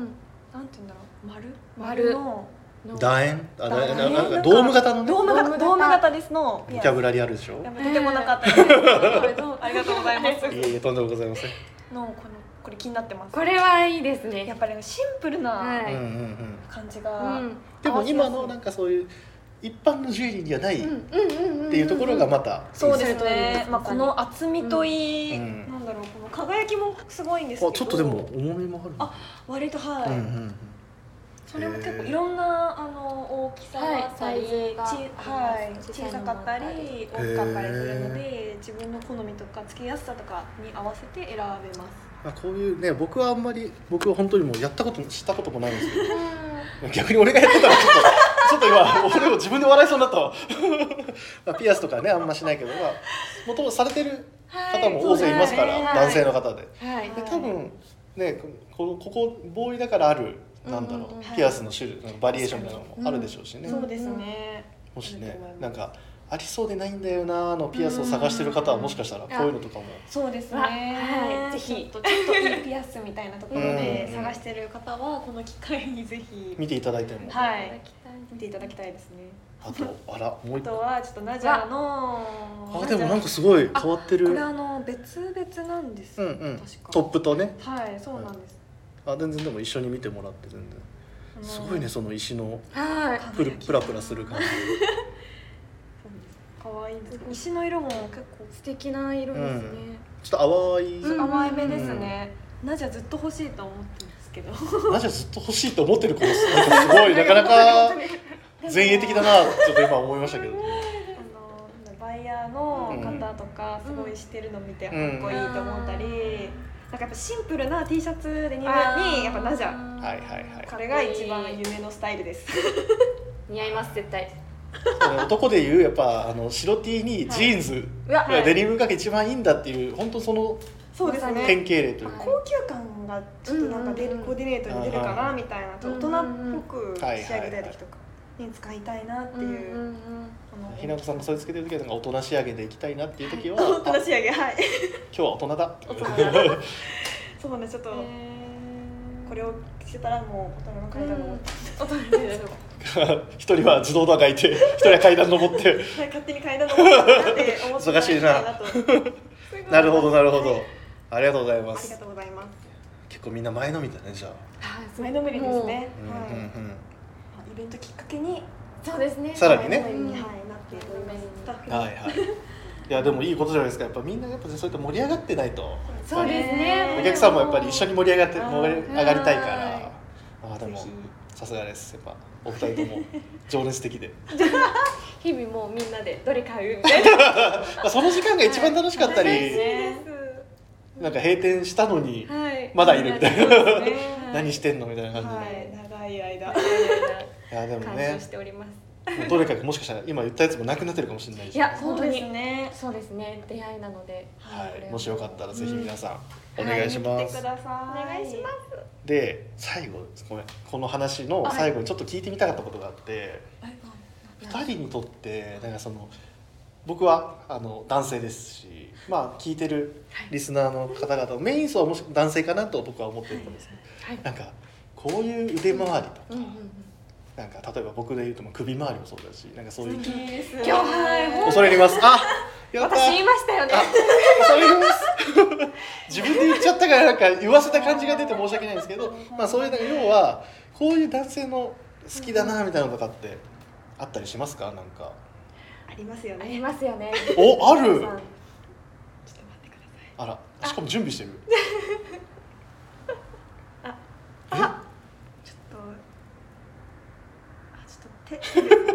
C: なんて言うんだろう丸
D: 丸
C: の
A: 楕円あ楕円
C: 楕円
A: なんかドーム型のね
C: ドーム
D: ドーム
C: 型
D: 型
C: ドーム型ですの
A: ボ
C: ピアス。
A: キャブラリーあるでしょ
C: やっぱとてもなかったです、 ありがとうございます。
A: いえいえとんでもございません、
C: のこのこれ気になってます。
D: これはいいです
C: や
D: ね
C: っぱりシンプルな
D: はい
A: うんうんうん
C: 感じ
D: う
C: が、
D: ん
A: でも今の
C: 合わせやすい
A: なんかそういう一般のジュエリーにはないっ
D: うん
A: ていうところがまた、
C: そうです
D: それといいで
C: ね
D: す。
C: まあこの厚みといい、
A: うん
C: なんだろうこの輝きもすごいんですけど、
A: あちょっとでも重みもあるな
C: 割とはい、
A: うんうんうん
C: それも結構いろんなあの大きさがあったり、
D: はいサイズが
C: ち
D: あ
C: は
D: り
C: い、
D: ます
C: 小さかったり大きかったりするので、自分の好みとか付けやすさとかに合わせて選べます。
A: まあ、こういうね僕はあんまり僕は本当にもうやったことしたこともないんですけど 逆に俺がやってたらちょっと ちょっと今俺も自分で笑いそうになったわ まあピアスとかねあんましないけどまあもともとされてる方も大勢いますから、
D: はい
A: 男性の方で
D: はい
A: で多分ねこここボーイだからあるなんだろう、
D: うんうん
C: うん
A: ピアスの種類バリエーションみたいなのもあるでしょうしね、
D: うん
C: そうですね。
A: もし
C: ある
A: ね
C: と思います
A: なんかありそうでないんだよなーのピアスを探してる方はもしかしたらこういうのとかも
C: そうですね。
D: わはいぜ
C: ち
D: ひ
C: ょっとちょっといいピアスみたいなところ
A: う
C: で
A: ん
C: 探してる方はこの機会にぜひ
A: 見ていただいても、
C: はい見
D: 見
C: ていただ
D: き
C: きたいですね。
A: あとあらもう
C: あ
A: 一個
C: とはちょっとナジャの
A: あでもなんかすごい変わってる
C: これあの別々なんです
A: うん
C: よ。
A: うん
C: 確か
A: トップとね
C: はい、そうなんです。
A: あ全然でも一緒に見てもらって全然
C: あの
A: すごいね。その石の
D: はい
A: プルプラプラする感じ
C: 可愛いんですけど。石の色も結
D: 素敵な色ですね
A: ちょっと淡い、
D: うん
C: 構甘いめですね。ナジャずっと欲しいと思ってるんです けど。
A: ナジャずっと欲しいと思ってる子ですなんかすごいなかなか前衛的だなちょっと今思いましたけど
C: あのバイヤーの方とかすごいしてるの見てかっこいいと思ったり、
D: うん
C: なんかやっぱシンプルな T シャツデニムにやっぱナジャ
A: はいはいはい
C: これが一番夢のスタイルです
D: 似合います絶対
A: その男でいうやっぱあの白 T にジーンズ、
D: うわ
A: いやデニムが一番いいんだっていう本当その
C: そうです
D: まさ
A: 典
C: ね
A: 型例というか、
D: はい
C: 高級感がちょっとなんか出る、
D: うん
C: コーディネートに出るかなみたいなちょっと大人っぽく仕上げたい時とかに使いたいなっていう、あの
A: ひなこさんがそれつけてる時はなんか大人仕上げでいきたいなっていう時は、
C: 大
A: あ
C: 人仕上げはい
A: 今日は大人だ
C: 大人だそうなんですちょっと、これを着てたらもう大人の階段を、
A: 一人は自動ドアがいて一人は階段登って
C: はい勝手に階段登ってなって思って
A: 忙しいな
C: と
A: なるほどなるほ
C: はい
A: どありがとうございま
C: ありが
A: す
C: とうございます
A: 結構みんな前のみだねじゃあ、
C: 前のめりですね
A: うん
C: はい
A: うんうん
C: まあイベントきっかけに
D: そうですね
A: さらにね
C: 前のめりに
D: うん
C: はいなっている
D: 前のめりに
C: スタッフ
A: はいはいいやでもいいことじゃないですかやっぱみんなやっぱそういった盛り上がってないと
D: そうですね
A: お客さんもやっぱり一緒に盛り上がって
C: あー
A: 盛り上がりたいか
D: は
A: ら
D: い
A: あーでも
C: ぜ
A: さすがですやっぱお二人とも情熱的で
D: 日々もうみんなでどれ買うみたいな
A: まあその時間が一番楽しかったり、
C: はい楽しい
A: なんか閉店したのに
D: はい
A: まだいるみたいな
D: そうですね
A: 何してんのみたいな感じで、、
C: はいい長い間
A: やで
D: はい
A: も
D: 感
A: ね
D: 動しております
A: もうどれかがもしかしたら今言ったやつもなくなってるかもしれないし
D: いや本当に
C: そうですね
D: そうですね出会いなので
A: はい、もしよかったらぜひ皆さん、
D: うん
A: お願いしま
C: 来て
A: す、
C: ください
D: お願いします
A: で最後ごめんこの話の最後にちょっと聞いてみたかったことがあって、二人にとってなんかその僕はあの男性ですしまあ聞いてるリスナーの方々、メイン層はもし男性かなと僕は思ってるんです、
D: はい
A: なんかこういう腕回りとか、
D: うんうんうん
A: なんか例えば僕で言うとまあ首回りもそうだしなんかそういう、
C: いいです
D: 今日はいほん
A: 恐れ入りますあやった
D: 私言いましたよね
A: あ、恐れ入ります。自分で言っちゃったからなんか言わせた感じが出て申し訳ないんですけど、まあそういうなんか要はこういう男性の好きだなみたいなのとかってあったりしますかなんか。
C: ありますよ
D: あ
C: ね
D: りますよね
A: おある
D: 皆さん
C: ちょっと待ってください
A: あら、しかも準備してる。
C: ちょっとあちょっと手手ですね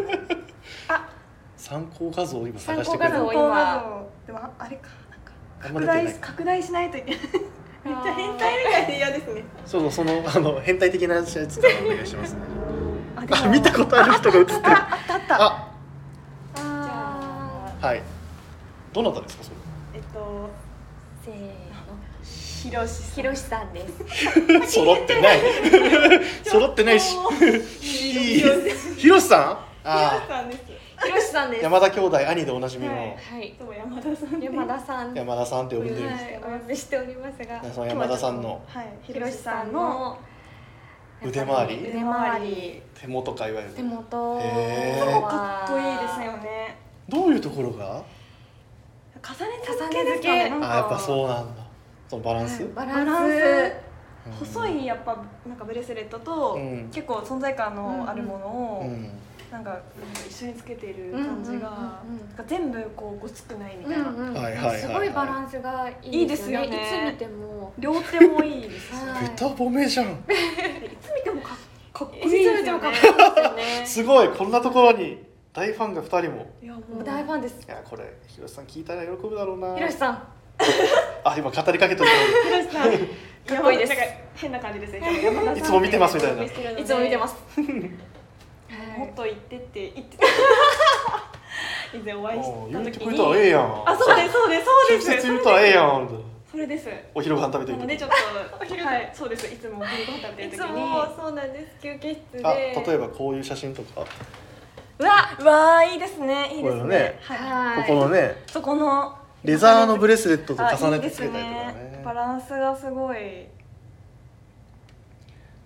A: 参考画像を今探し
D: 参
A: て
D: 考
A: くれ
D: 画
A: る
D: 像。を
C: 動
D: 今
C: 画像でもああれかなんか
A: あんま
C: 拡
A: 出てない
C: 大し拡大しないといけない
D: あー
C: 変態みたいで嫌ですね
A: そうそうそのあの変態的なやつからお願いします、ね。
C: あ
A: あ、見たことある人が映ってる。
C: あったあった
A: あ、
C: じゃあ
A: はい。どなたです かそれ。
C: えっと
D: せーの
C: ひろし
D: ひろしさんです
A: 揃ってない。 揃ってないし。ひひろしさん。
C: ひ
A: あ
C: ろし
A: ー。
C: さんです
D: ひろしさんです
A: 山田兄弟兄でおなじみの、
C: はい
D: はい
C: どうも山田さんです
D: 山田さん
A: 山田さんって呼んでるんです、
D: はいお呼びしておりますが
A: その山田さんの
C: はいひ
D: ひ
C: ろ
D: ろ
C: し
D: し
C: さ
D: さ
C: ん
D: ん
C: の
D: の
A: 腕回り
D: 腕回り
A: 手元かいわゆる
D: 手元
A: へ
C: そ
A: ー
C: こかっこいいですよね
A: どういうところが
C: 重ね付けですかね
D: 重ね付け
C: なん
A: あ
C: か
A: やっぱそうなんだそのバランス、
C: はい
D: バランス
C: バラン
A: うん
C: 細いやっぱなんかブレスレットと、
A: うん
C: 結構存在感のあるものを、
A: うん
C: なんか一緒につけている感じ
D: う
C: が、
D: んうんうんうん
C: なんか全部こうごつくないみ
D: う
C: たいな、
D: んうん
A: はいはいはいはい
D: すごいバランスがいいですよね
C: いいですよね
D: いつ見ても
C: 両手もいいですし、
D: は
A: ベ
D: い
A: タ褒めじゃん
C: いつ見てもかっかっこい
D: い
C: い
D: つ
C: で
D: 見
C: す
D: て
C: よ
D: もかっ
C: ね
D: こいいですよね
A: すごいこんなところに大ファンが2人も
C: いやも
D: も
C: う
D: う大ファンです
A: いやこれひろしさん聞いたら喜ぶだろうな
D: ひろしさん
A: あ今語りかけとい
C: ひろしさん
D: かっこいいです
C: やなんか変な感じですね山田さん
A: いつも見てますみたいな
C: つも見てるので
D: いつも見てます
C: もっと行ってって言ってた以前お
A: た
C: 会いし
A: もう言って
C: た
A: く
C: 時
A: れ
C: に
A: たらええやん
C: あそうですそうですそう
A: 直
C: です
A: 接言ったらええやん
C: それです
A: お昼ご飯食べ
C: な
A: て
C: の
A: る
C: で
A: 時
C: ちょっとはいそうですいつもお昼ご飯食べ
D: い
C: て
D: つ
C: る時に
D: もそうなんです休憩室で
A: あ例えばこういう写真とか
D: うわ
C: うわーいいですねいいです
A: こ
C: ね
A: れね
C: はい
D: はい
A: ね
C: そこの
A: レザーのブレスレットと
C: あ
A: 重ね
C: いい
A: て
C: で
A: つ
C: す
A: けたりとかね
C: ねバランスがすごい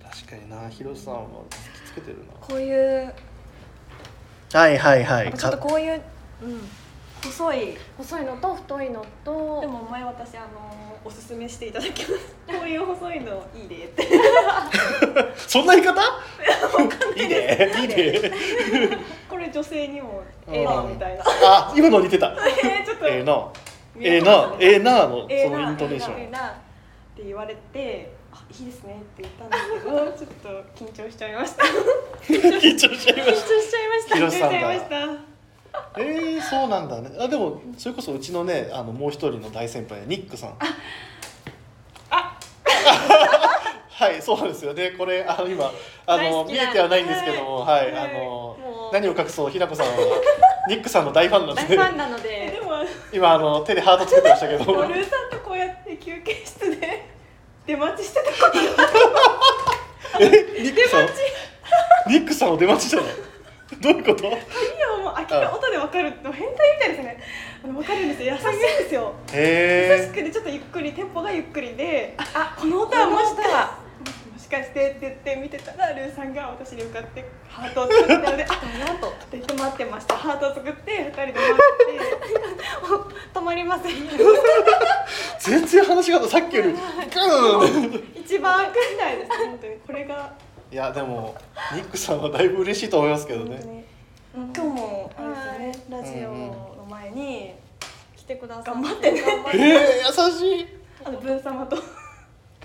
A: 確かになひろしさんは突きつけてる
C: こういう
A: なはいはいは
C: やっぱちょっとこういう
D: うん
C: 細い
D: 細いのと太いのと
C: でも前私あのおすすめしていただきます こういう細いのいいでって
A: そんな言い方いいねいいね
C: これ女性にもええなみ たいな
A: あ今の似てた
C: えーちょっと
A: ええな
C: 見
A: ええ
C: え
A: な
C: ますね
A: ええなの
C: ええ
A: そのイントネーシ
C: ええ
A: ョン
C: なって言われてあいいですねって言ったんですけどちょ っと緊張しちゃいました緊
A: 緊張しちゃいま
C: 張
A: し
C: しちゃいました
A: ひろ
C: 緊張
A: し
C: し
A: さん
C: ち
A: が
C: ゃいました
A: たええそうなんだねあでもそれこそうちのねあのもう一人の大先輩ニックさん
C: あ
A: はいそうなんですよねこれあの今あ
D: 大
A: の
D: 好
A: 見
D: きな
A: えてはないんですけどもはい
C: は
A: あ
C: い
A: の
D: もう
A: 何を隠そうひなこさんはニックさんの大ファンなん
D: 大
A: で
D: ファンなの
C: え で
D: で
C: もあの
A: 今あの手でハートつけてましたけど
C: ドルーさんとこうやって休憩室で 出待ちしてたことが
A: えニックさんニックさんを出待ちしたのどういうこと
C: いいよもう明ら音でわかるって変態みたいですねあのわかるんですよ優しいんですよ優し
A: へえ
C: くてちょっとゆっくりテンポがゆっくりであこの歌はもしかはもしかしてって言って見てたらルーさんが私に向かってハートを作ってたのであ
D: あのと
C: で止まってましたハートを作って二人で待って
D: 止まりません
A: 全然話がさっきよりグーン
C: 一番くらいです本当にこれが
A: いやでもニックさんはだいぶ嬉しいと思いますけど
C: 本当
A: ね
C: に今日もあれですよねラジオ
A: うん
C: の前に来
D: てくださって
C: 頑張ってね
D: 頑張っ
A: えー、優しい
C: あの文様と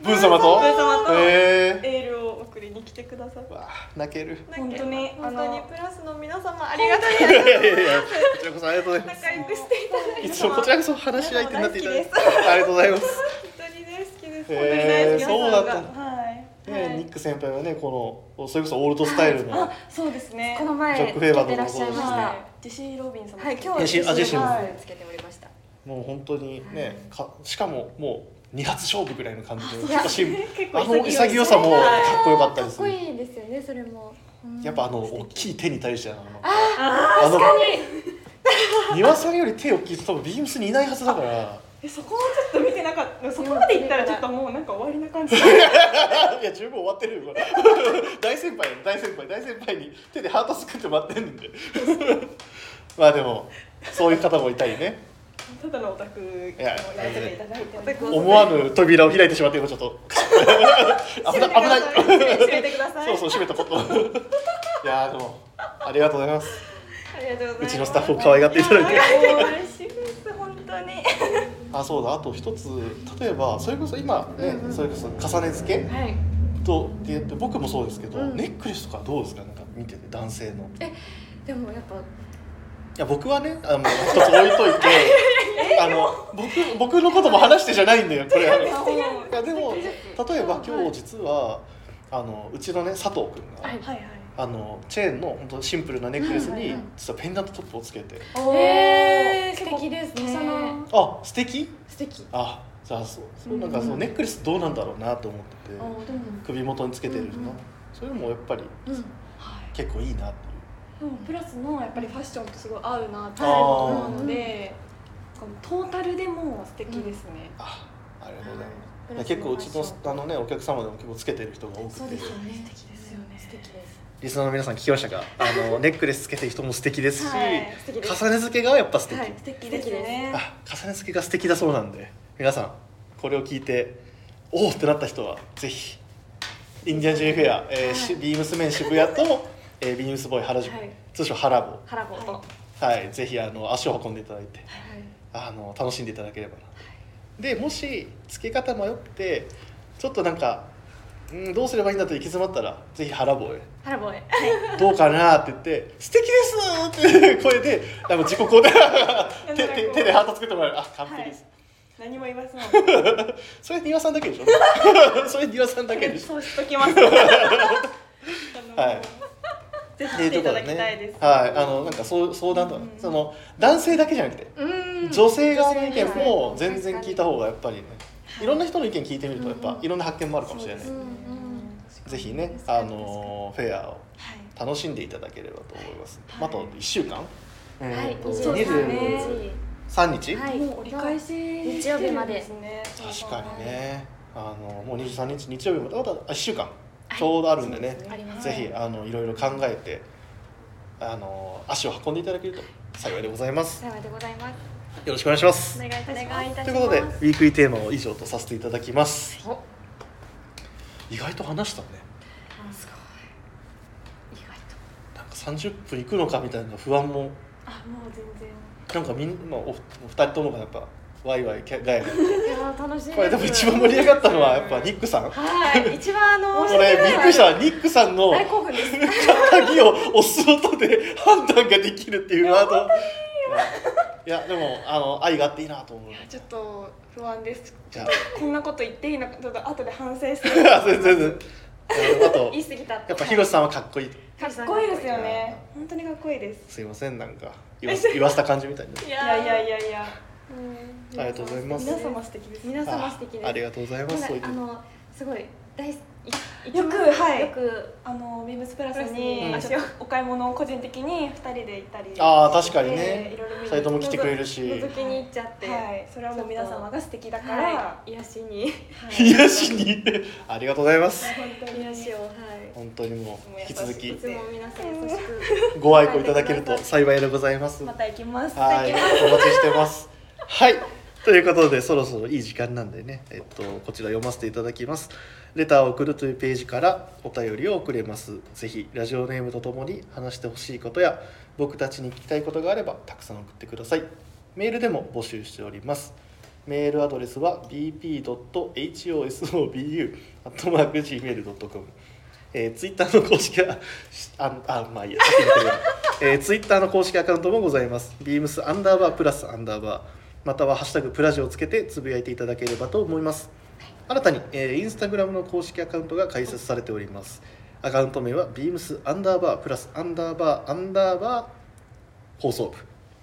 A: ブン様と
C: ブン様と
A: えー
C: エールを送りに来てくださって
A: うわあ泣ける
D: なんか
C: 本当に
D: 本当
C: あ
D: に
C: の
D: プラスの皆様ありがとうご
A: い
D: ざいま
A: やいやいやこちらこそありがとうございます
D: 仲良くしていただいて
A: いつもこちらこそ話し合い手になっていただいて
C: 大
A: ありがとうございます、
D: 本当に大好きです、
A: えー
C: 本当に大好きな
A: そうだった
C: 皆さんがはい
A: ね
D: はい
A: ニック先輩はねこのそれこそオールドスタイルの
C: あそうですね
D: この前
A: ジョックフェーバー
D: 聞
A: と
D: い
A: か
D: て
A: も
D: らっしゃいました
A: そう
D: は
C: はいジェシー・ロビンさんも
D: い今
A: ジェ
D: 日
A: シーあジェシーも
D: つけておりました
A: もう本当にね、かしかももう二発勝負ぐらいの感じで
D: あそう
A: 私
C: 結
A: あ
C: 構
A: の
C: 潔いですね
A: 潔さもかっこよかった
D: か
A: で
D: っ
A: す
D: こ
A: ね
D: いいですよねそれも、うん
A: やっぱあの大きい手に対してあの
D: あ
A: あの
D: 確かに
A: 庭さんより手大きい人多分ビームスにいないはずだから
C: えそこはちょっと見てなかったそこまでいったらちょっともうなんか終わりな感じ
A: いや十分終わってるよこれ 大先輩大先輩大先輩に手でハート作って待ってんで まあでもそういう方もいたりね
C: ただのオタクをやらせていただいております
A: 思わぬ扉を開いてしまって今ちょっと 危ない危ない
C: 閉めてください
A: そうそう閉めたこと いやーでもありがとうございます
D: ありがとうございます
A: うちのスタッフを可愛がっていただいて
C: いや
D: もう嬉しいです本当に
A: あそうだあと一つ例えばそれこそ今ね、
D: うんうん
A: それこそ重ね付け
D: はい
A: とって言って僕もそうですけど、
D: うん
A: ネックレスとかどうですかなんか見てて男性の
D: でもやっぱ
A: いや僕はねあの一つ置いとい てあの僕僕のことも話してじゃないんだよこれあのいやでも例えば今日実はあのうちのね佐藤君が、
D: はい
C: はいはい
A: あのチェーンの本当シンプルなネックレス
D: はい
A: に
D: はいはい
A: 実はペンダントトップをつけて、
D: へー
C: 結
D: 素
C: 構
D: 敵です
C: 重な
D: ね
A: あ素敵
D: 素敵
A: あじゃあそうそう
C: うん
A: なんかそのネックレスどうなんだろうなと思ってて、
C: あーでも
A: 首元につけてるの、
D: うんうん
A: そういうのもやっぱり
D: うん
C: はい
A: 結構いいなっていう
C: でもプラスのやっぱりファッションとすごい合うなって
A: あー
C: 思うのでこのトータルでもう素敵ですね、
A: あありがとうございます
D: プ
A: い
D: ラ
A: や
D: スの
A: 結構うちの
D: ファッシ
A: あのねお客様でも結構つけてる人が多くて
D: そうですよね
C: 素敵ですよね
D: 素敵です
A: リスナーの皆さん聞きましたかあのネックレスつけてる人も素敵ですし、
C: はい
D: 素敵です
A: 重ね付けがやっぱ素敵、
D: はい
C: 素敵
D: ですね
A: あ重ね付けが素敵だそうなんで皆さんこれを聞いておおってなった人はぜひインディアンジェリーフェア、えーしビームスメン渋谷と、えービームスボーイ原宿、
D: はい
A: 通称ハラボ
D: 腹ごと
C: は
D: は
A: はいぜひあの足を運んでいただいて
D: い
A: あの楽しんでいただければな、でもし付け方迷ってちょっとなんかうんどうすればいいんだと行き詰まったらぜひ腹棒へ
D: 腹ぼえ
A: どうかなって言って「素敵です!」って声であの自己 肯定手手手でハート作ってもらえるあ完璧です、
C: 何も言いません
A: それ庭さんだけでしょ それ庭さんだけでしょ
C: そうしとき ます
A: はい
C: ぜひ
A: っていう
C: 来て
A: ところ
C: いただ
A: で
C: き
A: ね
C: たいです、
A: はいあのなんかそう相談とか、
C: うん
A: その男性だけじゃなくて、
D: うん
A: 女性側の意見も
D: 女性
A: 全然聞いた方がやっぱりねいろんな人の意見聞いてみるとやっ
D: う
A: ぱ
D: ん
A: いろんな発見もあるかもしれない、
C: そうですね
D: うん
A: ぜひね
D: 確か
A: あ
D: に
A: のフェアを
C: はい
A: 楽しんでいただければと思います、
C: はい
A: あと1週間、
D: はい
A: えーと
C: そうです
D: 23
A: 23日、
D: 日はい
C: もう折り返し
D: 日曜日まで
C: ですね
A: 確かにねあのもう23日日曜日までまた1週間
D: い
A: ちょうどあるんでね,、
D: あります
A: ぜひあのいろいろ考えてあの足を運んでいただけると幸いでございます
D: さようでございます
A: よろしくお願いします
D: お願いいたしま
A: と
D: す
A: いうことでウィークリーテーマを以上とさせていただきます意外と話したね
D: あすごい意外と
A: なんか30分いくのかみたいな不安も
C: あもう全然
A: なんかみんなおお二人ともがやっぱワイワイキャガヤガヤ
D: いやー楽しいす
A: これでも一番盛り上がったのはやっぱニックさんこ
D: はい一番あの
A: れびっくりしたニックさんの
D: 大興奮です
A: 鍵を押す音で判断ができるっていうワードいやでもあの愛があっていいなと思う
C: いやちょっと不安です
A: じゃ
C: こんなこと言っていいのかちょっと後で反省して
A: あ全 然全然あのあと
D: 言い過ぎた
A: やっぱヒロシさんはかっこいい
C: かっこいいですよね本当にかっこいいです
A: すいませんなんか言わ言わせた感じみたいない
C: いや
D: や
C: いやいやいや
D: うん
A: ありがとうございます
C: 皆様素敵です
D: 皆様素敵です
A: あありがとうございますそう
D: な
A: 言って
D: んかあのすごい大好き
C: よくはい
D: よく
C: あのビームスプラス
A: う
C: に
A: ん
C: あちょっとお買い物を個人的に二人で行ったり
A: ああ確かに
C: えー
A: ね
C: いろいろ見
A: 二
C: に
A: 人とも来てくれるし
D: 覗きに行っちゃって
C: はいそれはもう皆様が素敵だから、
D: はい癒しに
C: はい
A: 癒しにありがとうございます
C: 本当に
D: 癒しをはい
A: 本当にもう引き続
D: い
A: き
D: つも皆さん優しく
A: ご愛顧いただけると幸いでございます
C: また行きます
A: はい、お待ちしてます。はい。ということで、そろそろいい時間なんでね、えっと、こちら読ませていただきます。レターを送るというページからお便りを送れます。ぜひ、ラジオネームとともに話してほしいことや、僕たちに聞きたいことがあれば、たくさん送ってください。メールでも募集しておりますメールアドレスは bp.hosobu.gmail.com えー、ツイッターの公式はああまあいいや先に言ってくれる、えー、ツイッターの公式アカウントもございますビームスアンダーバープラスアンダーバーまたは「ハッシュタグプラジ」をつけてつぶやいていただければと思います新たに、えー、インスタグラムの公式アカウントが開設されておりますアカウント名はビームスアンダーバープラスアンダーバーアンダーバー放送部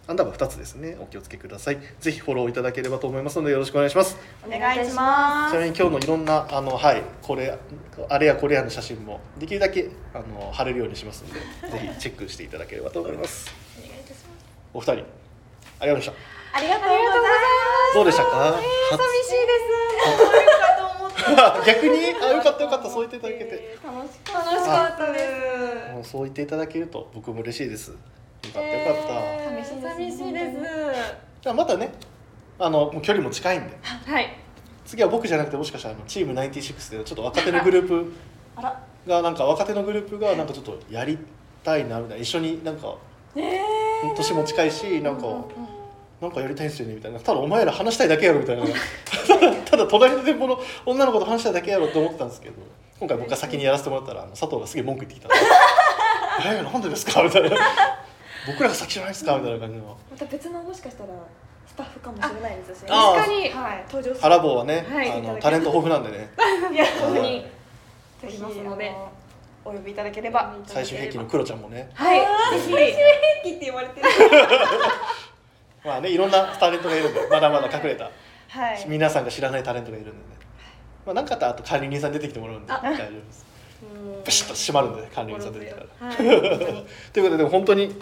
A: アンダーバー2つですねお気をつけくださいぜひフォローいただければと思いますのでよろしくお願いします
C: お願いしま
A: ち
C: す
A: なみに今日のいろんなあのはいこれあれやこれやの写真もできるだけあの貼れるようにしますのでぜひチェックしていただければと思います。
D: お願いいたします
A: お二人ありがとうございました。
C: ありがとう
D: ありがとうございます
A: どうでしたか？
D: 寂しいです
C: ございます
A: 初逆にあよかったよかったそう言っていただけて、
C: 楽しかっ
D: 楽
C: た
D: しかったです
A: もうそう言っていただけると僕も嬉しいです。よかったよかった。
D: えー寂
C: 寂
D: し
C: し
D: い
C: い
D: で
C: ですす
A: じゃあまたねあのもう距離も近いんで
D: はい
A: 次は僕じゃなくてもしかしたらあのチーム96でちょっと若手のグループ
C: あら
A: がなんか若手のグループがなんかちょっとやりたいなみたいな一緒になんか
C: え
A: 年も近いしなんか。なんかやりたいんですよねみたいなただお前ら話したいだけやろみたいな ただただ隣の店舗の女の子と話したいだけやろと思ってたんですけど今回僕が先にやらせてもらったらあの佐藤がすげえ文句言ってきたんで「えなんでですか?」みたいな「僕らが先じゃないですか?」みたいな感じの
C: また別のもしかしたらスタッフかもしれないですしね
A: あ
D: 確かに
C: はい登場する
A: 原坊はね、
D: はい
A: あのタレント豊富なんでね
C: いや
D: 本当に
C: ぜ
D: あ
C: ひ
D: りますので
C: あのお呼びいただければ
A: 最終兵器のクロちゃんもね
D: はいぜひ
C: 兵器 って言われてる
A: まあねいろんなタレントがいるん でまだまだ隠れた、
C: はい
A: 皆さんが知らないタレントがいるんでね、まあ、なんかあったらあと管理人さん出てきてもらうんで大丈夫ですピシッと閉まるんで、ね、管理人さん出てきたら。
D: はい
A: ということででも本当に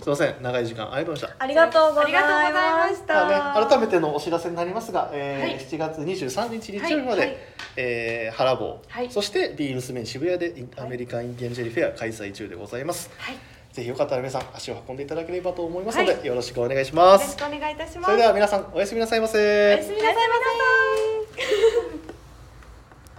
A: すいません長い時間ありがとうございました。
C: ありがとうござ
D: あり
C: い
D: がとうござい
C: ま
D: ま
C: し
D: した
A: まあね、改めてのお知らせになりますが、えー
D: はい
A: 7月23日日曜日まで、
D: はいはい
A: えー、原坊、
D: はい
A: そしてビームスメン渋谷でイン
D: は
A: ア
D: い
A: メリカンインディアンジェリーフェア開催中でございます、
D: はい
A: ぜひよかったら皆さん足を運んでいただければと思いますので、
D: は
A: よろしくお願いし
D: よ
A: ま
D: ろし
A: す
D: くお願いいたします
A: それでは皆さんおやすみなさいませ
D: おやすみなさいませ